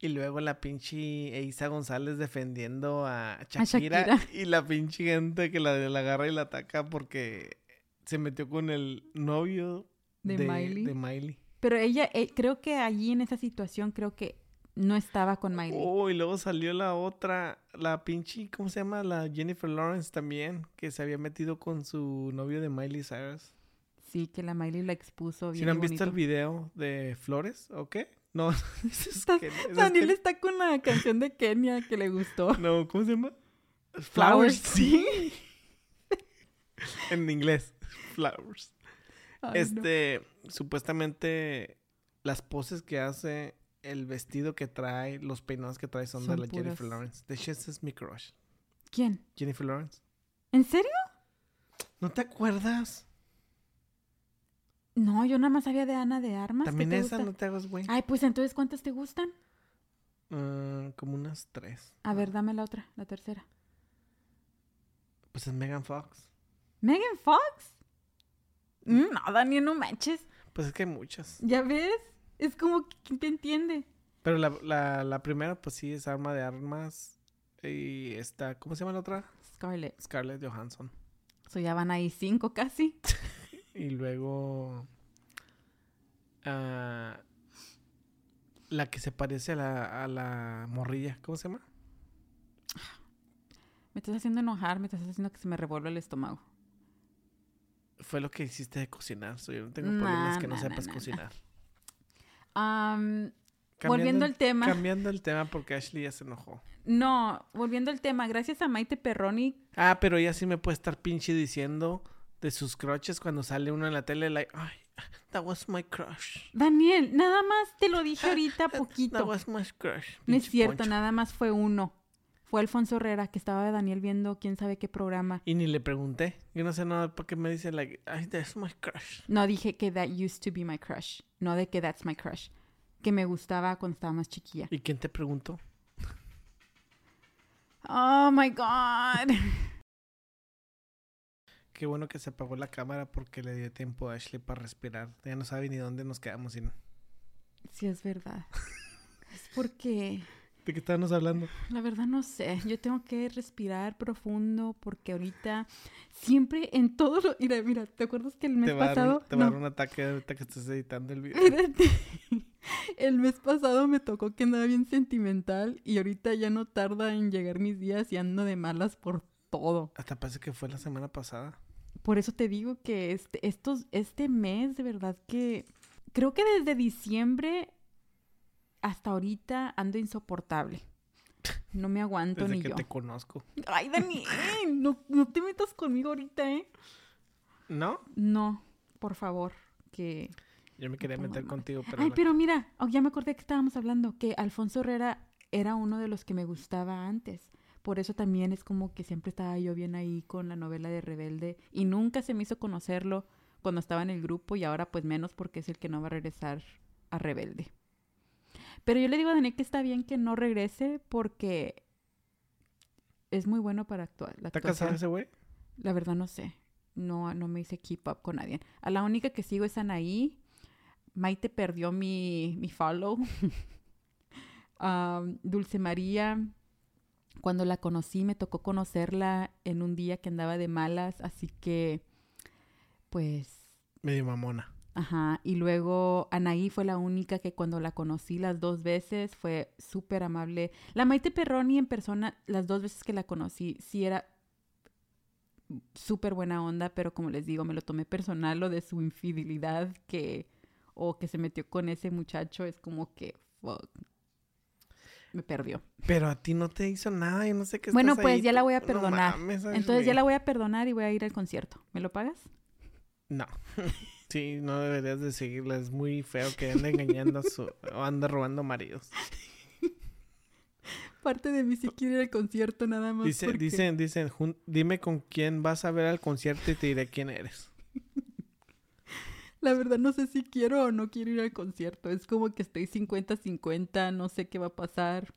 B: Y luego la pinche Isa González defendiendo a Shakira,
A: Shakira.
B: (laughs) y la pinche gente que la, la agarra y la ataca porque se metió con el novio
A: De Miley.
B: de Miley.
A: Pero ella, eh, creo que allí en esa situación, creo que no estaba con Miley.
B: Oh, y luego salió la otra, la pinche, ¿cómo se llama? La Jennifer Lawrence también, que se había metido con su novio de Miley Cyrus.
A: Sí, que la Miley la expuso
B: Si
A: bien
B: no
A: y
B: han visto el
A: bonito.
B: video de Flores, ¿o qué? No, (laughs) ese es este,
A: Estás-
B: que- ese es
A: Daniel
B: que-
A: está con la canción de Kenia que le gustó. (laughs)
B: No, ¿cómo se llama?
A: Flowers,
B: sí.
A: (laughs)
B: en inglés, Flowers.
A: Ay, no.
B: este, supuestamente, las poses que hace, el vestido que trae, los peinados que trae son,
A: Son
B: de la Jennifer
A: puras-
B: Lawrence. De hecho, ese es mi crush.
A: ¿Quién?
B: Jennifer Lawrence.
A: ¿En serio?
B: ¿No te acuerdas?
A: No, yo nada más sabía de Ana de Armas. ¿qué
B: También
A: te
B: esa,
A: gusta?
B: no te hagas, güey.
A: Ay, pues entonces, ¿cuántas te gustan?
B: Ah, como unas tres.
A: A ver, dame la otra, la tercera.
B: Pues es Megan Fox.
A: ¿Megan Fox? Mm, No, Daniel, no manches.
B: Pues es que hay muchas.
A: ¿Ya ves? Es como que ¿quién te entiende.
B: Pero la, la, la primera, pues sí, es Arma de Armas. Y está, ¿cómo se llama la otra?
A: Scarlett.
B: Scarlett Johansson.
A: So ya van ahí cinco casi.
B: Y luego. ah, la que se parece a la, a la morrilla. ¿Cómo se llama?
A: Me estás haciendo enojar, me estás haciendo que se me revuelva el estómago.
B: Fue lo que hiciste de cocinar. so yo no tengo
A: Nah,
B: problemas que no
A: nah,
B: sepas
A: nah, nah,
B: cocinar.
A: Am,
B: Cambiando
A: volviendo
B: el-
A: al tema.
B: Cambiando el tema porque Ashley ya se enojó.
A: No, volviendo al tema. Gracias a Maite Perroni.
B: Ah, pero ella sí me puede estar pinche diciendo de sus croches cuando sale uno en la tele, like, ay, that was my crush.
A: Daniel, nada más te lo dije
B: (laughs)
A: ahorita poquito.
B: That was my crush.
A: No es
B: pinche
A: cierto,
B: Poncho.
A: nada más fue uno. Fue Alfonso Herrera que estaba Daniel viendo quién sabe qué programa.
B: Y ni le pregunté. Yo no sé nada por qué me dice, like, ay, that's my crush.
A: No dije que that used to be my crush, no de que that's my crush, que me gustaba cuando estaba más chiquilla.
B: ¿Y quién te preguntó?
A: Oh my god. (laughs)
B: Qué bueno que se apagó la cámara porque le dio tiempo a Ashley para respirar. Ya no sabe ni dónde nos quedamos sin.
A: Sí es verdad. Es porque
B: ¿De qué estábamos hablando?
A: la verdad no sé, yo tengo que respirar profundo porque ahorita siempre en todo lo... mira, mira, ¿te acuerdas que el mes
B: Te va, a dar un-
A: pasado
B: te va a
A: No.
B: dar un ataque ahorita que estás editando el video.
A: Espérate. (laughs) El mes pasado me tocó que andaba bien sentimental y ahorita ya no tarda en llegar mis días y ando de malas por todo.
B: Hasta parece que fue la semana pasada.
A: Por eso te digo que este, estos, este mes, de verdad que creo que desde diciembre hasta ahorita ando insoportable. No me aguanto
B: Desde
A: ni
B: que
A: yo.
B: te conozco.
A: (laughs) Ay,
B: (laughs)
A: Dani, no, no te metas conmigo ahorita, ¿eh?
B: ¿No?
A: No, por favor, que
B: Yo me quería
A: pongo
B: meter
A: mal.
B: contigo, pero.
A: Ay,
B: no.
A: pero mira, oh, ya me acordé que estábamos hablando que Alfonso Herrera era uno de los que me gustaba antes. Por eso también es como que siempre estaba yo bien ahí con la novela de Rebelde y nunca se me hizo conocerlo cuando estaba en el grupo y ahora pues menos porque es el que no va a regresar a Rebelde. Pero yo le digo a Daniel que está bien que no regrese porque es muy bueno para actuar. La
B: ¿Está
A: actuación.
B: casado ese güey?
A: La verdad no sé. No, no me hice keep up con nadie. A la única que sigo es Anaí. Maite perdió mi, mi follow. (laughs) Am, Dulce María. Cuando la conocí, me tocó conocerla en un día que andaba de malas. Así que, pues,
B: Medio mamona.
A: Ajá, y luego Anaí fue la única que cuando la conocí las dos veces fue súper amable. La Maite Perroni en persona, las dos veces que la conocí, sí era súper buena onda, pero como les digo, me lo tomé personal lo de su infidelidad que o que se metió con ese muchacho, es como que fuck. Me perdió.
B: Pero a ti no te hizo nada, yo no sé qué
A: Bueno,
B: estás
A: pues,
B: ahí.
A: ya la voy a
B: No
A: perdonar.
B: mames,
A: Entonces ya
B: Ashley.
A: la voy a perdonar y voy a ir al concierto. ¿Me lo pagas?
B: No. Sí, no deberías de seguirla. Es muy feo que ande engañando a su... o anda
A: (laughs)
B: robando maridos.
A: Parte de mí sí quiere ir al concierto nada más.
B: Dice,
A: porque-
B: dicen, dicen, "Jun- dime con quién vas a ver al concierto y te diré quién eres.
A: La verdad no sé si quiero o no quiero ir al concierto. Es como que estoy 50-50, no sé qué va a pasar.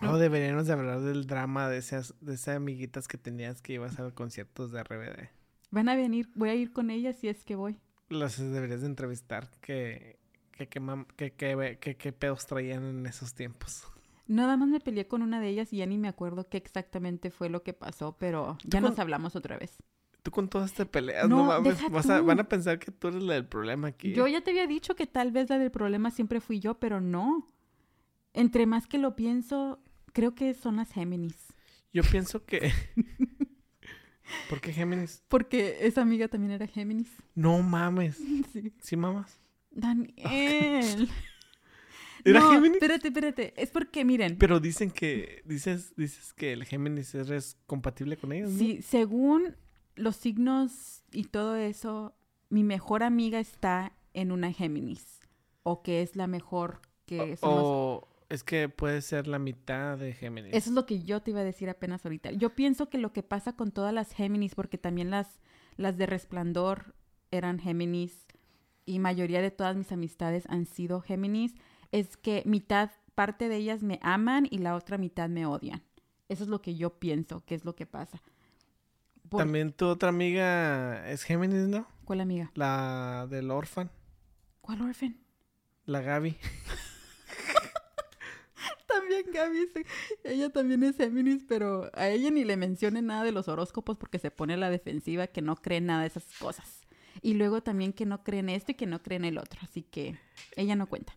A: Ah.
B: O Oh, deberíamos de hablar del drama de esas, de esas amiguitas que tenías que ibas a los conciertos de RBD.
A: Van a venir, voy a ir con ellas si es que voy.
B: Las deberías de entrevistar que... Que, que, mam- que, que, que- que pedos traían en esos tiempos.
A: Nada más me peleé con una de ellas y ya ni me acuerdo qué exactamente fue lo que pasó, pero ya
B: con-
A: nos hablamos otra vez.
B: Tú con todas te peleas, no,
A: No,
B: mames.
A: deja
B: Vas a-
A: tú.
B: van a pensar que tú eres la del problema aquí. ¿eh?
A: Yo ya te había dicho que tal vez la del problema siempre fui yo, pero no. Entre más que lo pienso, creo que son las Géminis.
B: Yo pienso que. (laughs) ¿Por qué Géminis?
A: Porque esa amiga también era Géminis. (laughs)
B: No mames.
A: Sí.
B: ¿Sí mamas?
A: Daniel.
B: ¿Era
A: no,
B: Géminis?
A: espérate, espérate. Es porque, miren,
B: Pero dicen que. Dices, dices que el Géminis es compatible con ellos, ¿no?
A: Sí, según los signos y todo eso, mi mejor amiga está en una Géminis. O que es la mejor que somos.
B: O es que puede ser la mitad de Géminis.
A: Eso es lo que yo te iba a decir apenas ahorita. Yo pienso que lo que pasa con todas las Géminis, porque también las, las de Resplandor eran Géminis, y mayoría de todas mis amistades han sido Géminis, es que mitad, parte de ellas me aman y la otra mitad me odian. Eso es lo que yo pienso, que es lo que pasa. Por-
B: También tu otra amiga es Géminis, ¿no?
A: ¿Cuál amiga?
B: La del Orphan,
A: ¿Cuál orfen?
B: la Gaby. (laughs)
A: También Gaby, es- ella también es Géminis, pero a ella ni le mencionen nada de los horóscopos porque se pone a la defensiva que no cree en nada de esas cosas. Y luego también que no cree en esto y que no cree en el otro, así que ella no cuenta.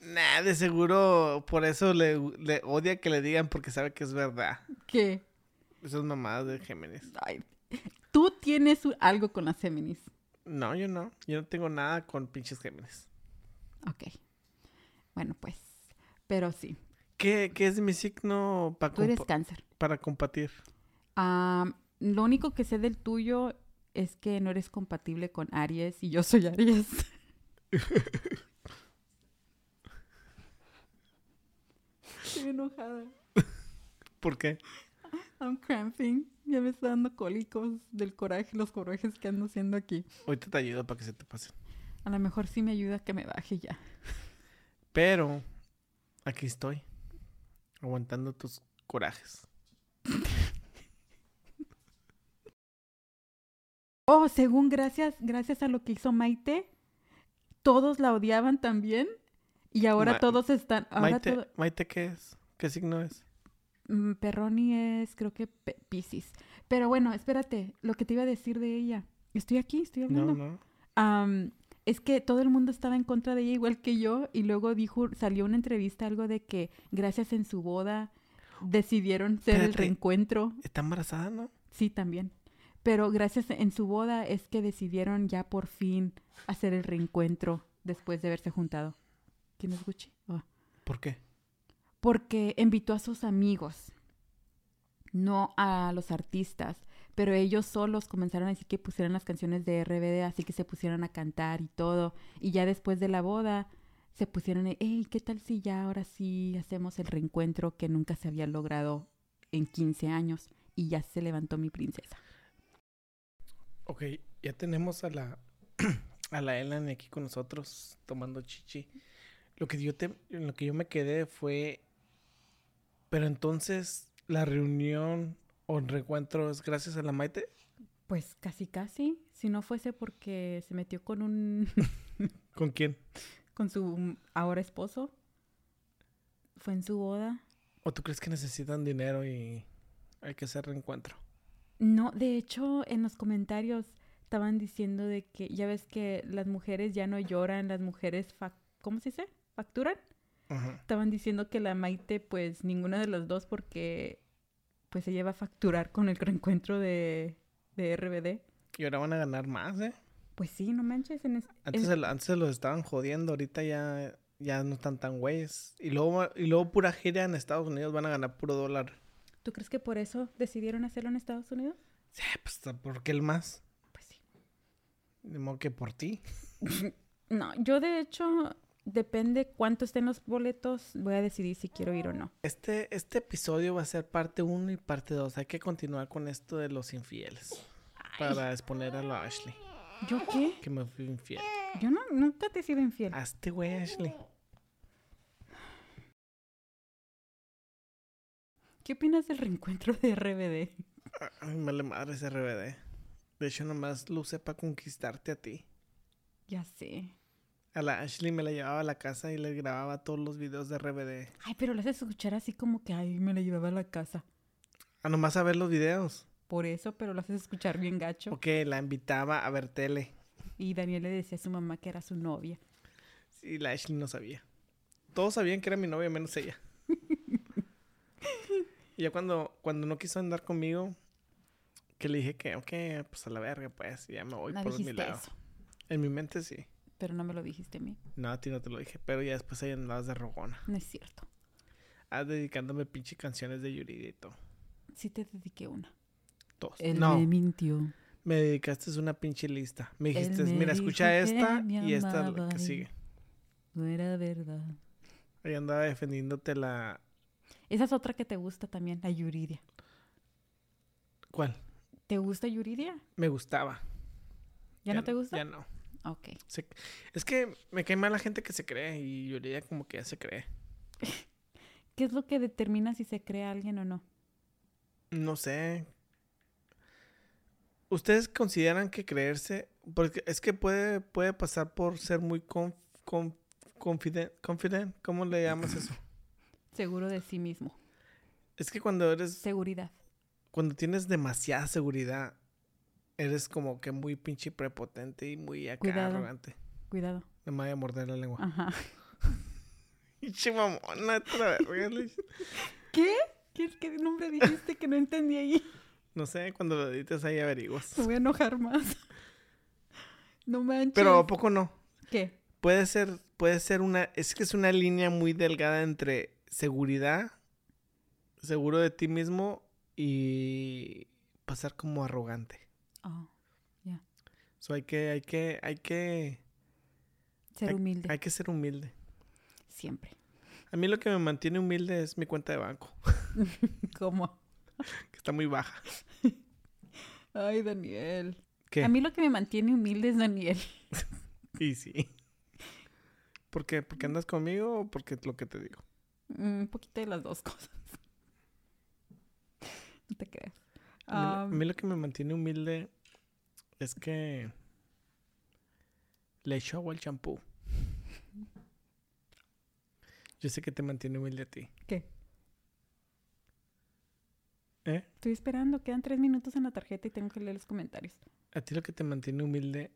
B: Nah, de seguro por eso le, le odia que le digan porque sabe que es verdad.
A: ¿Qué?
B: Esas mamadas de Géminis.
A: Ay, Tú tienes un- algo con las Géminis.
B: No, yo no. Yo no tengo nada con pinches Géminis.
A: Ok. Bueno, pues, pero sí,
B: ¿Qué, qué es mi signo pa
A: tú eres
B: compa-
A: cáncer.
B: para compartir?
A: Am, Ah, lo único que sé del tuyo es que no eres compatible con Aries y yo soy Aries. Estoy enojada.
B: ¿Por qué?
A: I'm cramping. Ya me está dando cólicos del coraje, los corajes que ando haciendo aquí.
B: Ahorita te ayudo para que se te pase.
A: A lo mejor sí me ayuda que me baje ya.
B: Pero aquí estoy, aguantando tus corajes.
A: Oh, según gracias, gracias a lo que hizo Maite, todos la odiaban también y ahora
B: Ma-
A: todos están. Ahora
B: Maite,
A: todo-
B: Maite, ¿qué es? ¿Qué signo es?
A: Mm, Perroni es, creo que Pe- Piscis. Pero bueno, espérate, lo que te iba a decir de ella. Estoy aquí, estoy hablando.
B: No, no.
A: Am, es que todo el mundo estaba en contra de ella igual que yo y luego dijo, salió una entrevista algo de que gracias en su boda decidieron ser el
B: Espérate.
A: reencuentro.
B: Está embarazada, ¿no?
A: Sí, también. Pero gracias en su boda es que decidieron ya por fin hacer el reencuentro después de haberse juntado. ¿Quién es Gucci? Ah
B: ¿Por qué?
A: porque invitó a sus amigos, no a los artistas, pero ellos solos comenzaron a decir que pusieran las canciones de RBD, así que se pusieron a cantar y todo, y ya después de la boda se pusieron, hey, ¿qué tal si ya ahora sí hacemos el reencuentro que nunca se había logrado en 15 años? Y ya se levantó mi princesa.
B: Ok, ya tenemos a la (clears throat) a la Elan aquí con nosotros tomando chichi. Lo que yo te, en lo que yo me quedé fue pero entonces la reunión o el reencuentro es gracias a la Maite.
A: Pues casi casi, si no fuese porque se metió con un (laughs)
B: ¿Con quién?
A: con su ahora esposo. Fue en su boda.
B: ¿O tú crees que necesitan dinero y hay que hacer reencuentro?
A: No, de hecho, en los comentarios estaban diciendo de que ya ves que las mujeres ya no lloran, las mujeres, fac- ¿cómo se dice? ¿Facturan?
B: Ajá.
A: Estaban diciendo que la Maite, pues ninguna de las dos, porque pues ella va a facturar con el reencuentro de, de RBD.
B: Y ahora van a ganar más, ¿eh?
A: Pues sí, no manches. En es-
B: Antes,
A: en-
B: se lo- antes se los estaban jodiendo, ahorita ya, ya no están tan güeyes. Y luego, y luego pura gira en Estados Unidos van a ganar puro dólar.
A: ¿Tú crees que por eso decidieron hacerlo en Estados Unidos?
B: Sí, pues, ¿por qué el más?
A: Pues sí.
B: De modo que por ti.
A: No, yo de hecho, depende cuánto estén los boletos, voy a decidir si quiero ir o no.
B: Este, este episodio va a ser parte 1 y parte 2. Hay que continuar con esto de los infieles. Para exponer a la Ashley.
A: ¿Yo qué?
B: Que me fui infiel.
A: Yo no, nunca te he sido infiel.
B: A este güey, Ashley.
A: ¿Qué opinas del reencuentro de RBD?
B: Ay, me vale madre ese RBD. De hecho, nomás lo usé para conquistarte a ti.
A: Ya sé.
B: A la Ashley me la llevaba a la casa y le grababa todos los videos de RBD.
A: Ay, pero lo haces escuchar así como que, ay, me la llevaba a la casa.
B: A Ah, nomás a ver los videos.
A: Por eso, pero lo haces escuchar bien gacho.
B: Ok, la invitaba a ver tele.
A: Y Daniel le decía a su mamá que era su novia.
B: Y la Ashley no sabía. Todos sabían que era mi novia, menos ella.
A: (laughs)
B: y ya cuando, cuando no quiso andar conmigo, que le dije que, ok, pues a la verga, pues, y ya me voy
A: no
B: por mi
A: dijiste
B: lado.
A: eso,
B: En mi mente sí.
A: pero no me lo dijiste a mí.
B: No, a ti no te lo dije, pero ya después ahí andabas de rogona.
A: No es cierto.
B: Ah, dedicándome pinche canciones de Yuridia y todo.
A: Sí te dediqué una.
B: Todos.
A: Él
B: no,
A: me
B: me...
A: mintió.
B: dedicaste una pinche lista. Me
A: Él
B: dijiste,
A: me
B: mira,
A: dijo
B: escucha
A: que
B: esta
A: me
B: y esta es la
A: amaba
B: que
A: y-
B: sigue.
A: No era verdad.
B: Ahí andaba defendiéndote la...
A: Esa es otra que te gusta también, la Yuridia.
B: ¿Cuál?
A: ¿Te gusta Yuridia?
B: Me gustaba.
A: ¿Ya, no te gusta?
B: Ya no.
A: Ok.
B: Se- es que me cae mal la gente que se cree y Yuridia como que ya se cree.
A: ¿Qué es lo que determina si se cree alguien o no?
B: No sé. ¿Ustedes consideran que creerse? Porque es que puede, puede pasar por ser muy conf- conf- confident, confident. ¿Cómo le llamas eso?
A: Seguro de sí mismo.
B: Es que cuando eres,
A: Seguridad.
B: cuando tienes demasiada seguridad, eres como que muy pinche prepotente y muy acá
A: Cuidado.
B: arrogante.
A: Cuidado.
B: No me voy a morder la lengua. (laughs)
A: Ajá.
B: Pinche mamona, otra verga, Luis.
A: ¿Qué? ¿Qué, qué nombre dijiste que no entendí ahí?
B: No sé, cuando lo edites ahí averiguas.
A: Me voy a enojar más. No manches.
B: Pero ¿a poco no?
A: ¿Qué?
B: Puede ser, puede ser una, es que es una línea muy delgada entre seguridad, seguro de ti mismo y pasar como arrogante.
A: Oh,
B: So, hay que, hay que, hay que,
A: ser
B: hay-
A: humilde.
B: hay que ser humilde.
A: Siempre.
B: A mí lo que me mantiene humilde es mi cuenta de banco, (laughs)
A: ¿Cómo?
B: que está muy baja.
A: Ay, Daniel.
B: ¿Qué?
A: A mí lo que me mantiene humilde es Daniel.
B: Y sí. (laughs) ¿Por qué? ¿Porque andas conmigo o porque lo que te digo?
A: Mm, Un poquito de las dos cosas. No te creas.
B: A
A: Am,
B: mí, lo- a mí lo que me mantiene humilde es que le echo agua al champú. Yo sé que te mantiene humilde a ti.
A: ¿Qué?
B: ¿Eh?
A: Estoy esperando. Quedan tres minutos en la tarjeta y tengo que leer los comentarios.
B: A ti lo que te mantiene humilde.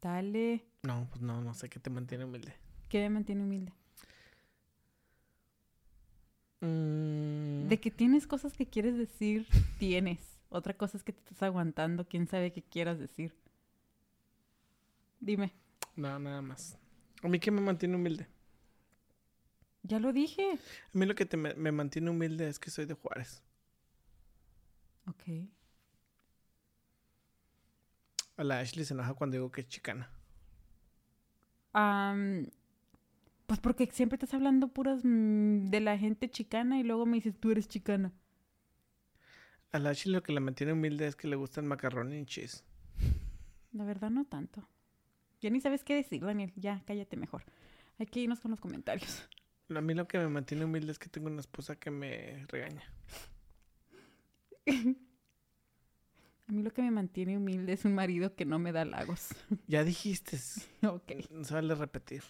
A: Dale.
B: No, pues no, no sé qué te mantiene humilde.
A: ¿Qué me mantiene humilde?
B: Mm,
A: De que tienes cosas que quieres decir, (laughs) tienes. Otra cosa es que te estás aguantando, quién sabe qué quieras decir. Dime,
B: No, nada más. A mí que me mantiene humilde.
A: ya lo dije.
B: A mí lo que te me, me mantiene humilde es que soy de Juárez.
A: Ok.
B: A la Ashley se enoja cuando digo que es chicana.
A: Am, pues porque siempre estás hablando puras mm, de la gente chicana y luego me dices, tú eres chicana.
B: A la Ashley lo que la mantiene humilde es que le gusta el macarrón y cheese.
A: La verdad, no tanto. Ya ni sabes qué decir, Daniel. Ya, cállate mejor. Hay que irnos con los comentarios. (laughs)
B: A mí lo que me mantiene humilde es que tengo una esposa que me regaña.
A: A mí lo que me mantiene humilde es un marido que no me da halagos. (laughs)
B: Ya dijiste.
A: ok.
B: No se vale repetir.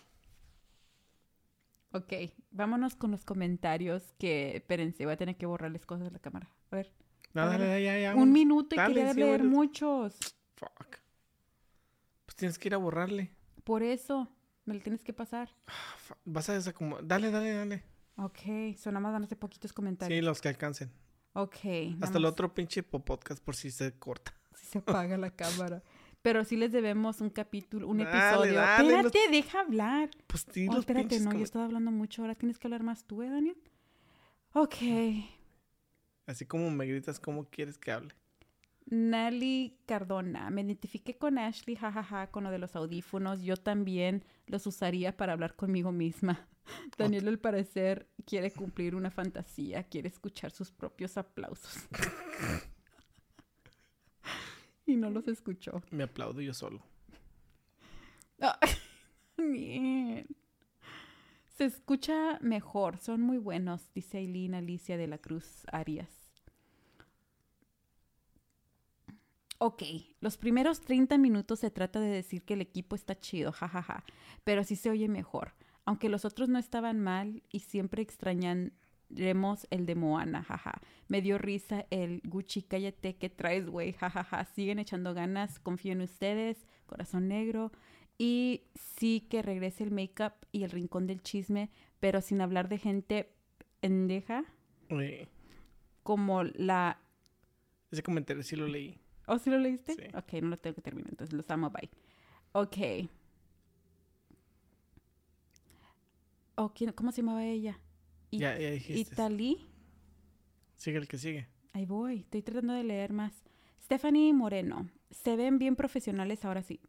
A: Ok, vámonos con los comentarios que, espérense, voy a tener que borrarles cosas de la cámara. A ver,
B: No,
A: Dale,
B: dale, ya, ya.
A: un
B: vámonos.
A: minuto y
B: Dale,
A: quería
B: sí,
A: leer
B: bueno.
A: muchos.
B: Fuck. Pues tienes que ir a borrarle.
A: Por eso, me lo tienes que pasar.
B: Ah, fu- Vas a desacomodar. Dale, dale, dale.
A: Ok, son nada más dándote poquitos comentarios.
B: Sí, los que alcancen.
A: Ok. nada
B: Hasta el
A: más
B: otro pinche po- podcast por si se corta.
A: Si se apaga la cámara. Pero sí les debemos un capítulo, un
B: Dale,
A: episodio.
B: dale, los-
A: espérate, deja hablar.
B: Pues di
A: Oh,
B: los
A: espérate,
B: pinches
A: no, yo
B: comen-
A: estaba hablando mucho. Ahora tienes que hablar más tú, ¿eh, Daniel? Ok.
B: Así como me gritas, ¿cómo quieres que hable?
A: Nali Cardona, me identifiqué con Ashley, jajaja, con lo de los audífonos. Yo también los usaría para hablar conmigo misma. (laughs) Daniel, al parecer, quiere cumplir una fantasía, quiere escuchar sus propios aplausos. y no los escuchó.
B: Me aplaudo yo solo.
A: Bien. Se escucha mejor, son muy buenos, dice Aileen Alicia de la Cruz Arias. Ok, los primeros 30 minutos se trata de decir que el equipo está chido, jajaja, pero sí se oye mejor, aunque los otros no estaban mal y siempre extrañaremos el de Moana, jaja. Me dio risa el Gucci, cállate, que traes, güey, jajaja. Siguen echando ganas, confío en ustedes, corazón negro, y sí que regrese el make-up y el rincón del chisme, pero sin hablar de gente pendeja
B: Uy,
A: como la...
B: Eh, Ese comentario sí lo leí.
A: ¿Oh, sí lo leíste?
B: Sí.
A: Ok, no lo tengo que terminar, entonces los amo, bye. Ok. Oh, ¿quién- ¿Cómo se llamaba ella? Y-
B: Ya, ya dijiste.
A: Italí.
B: Sigue el que sigue.
A: Ahí voy, estoy tratando de leer más. Stephanie Moreno, se ven bien profesionales ahora sí.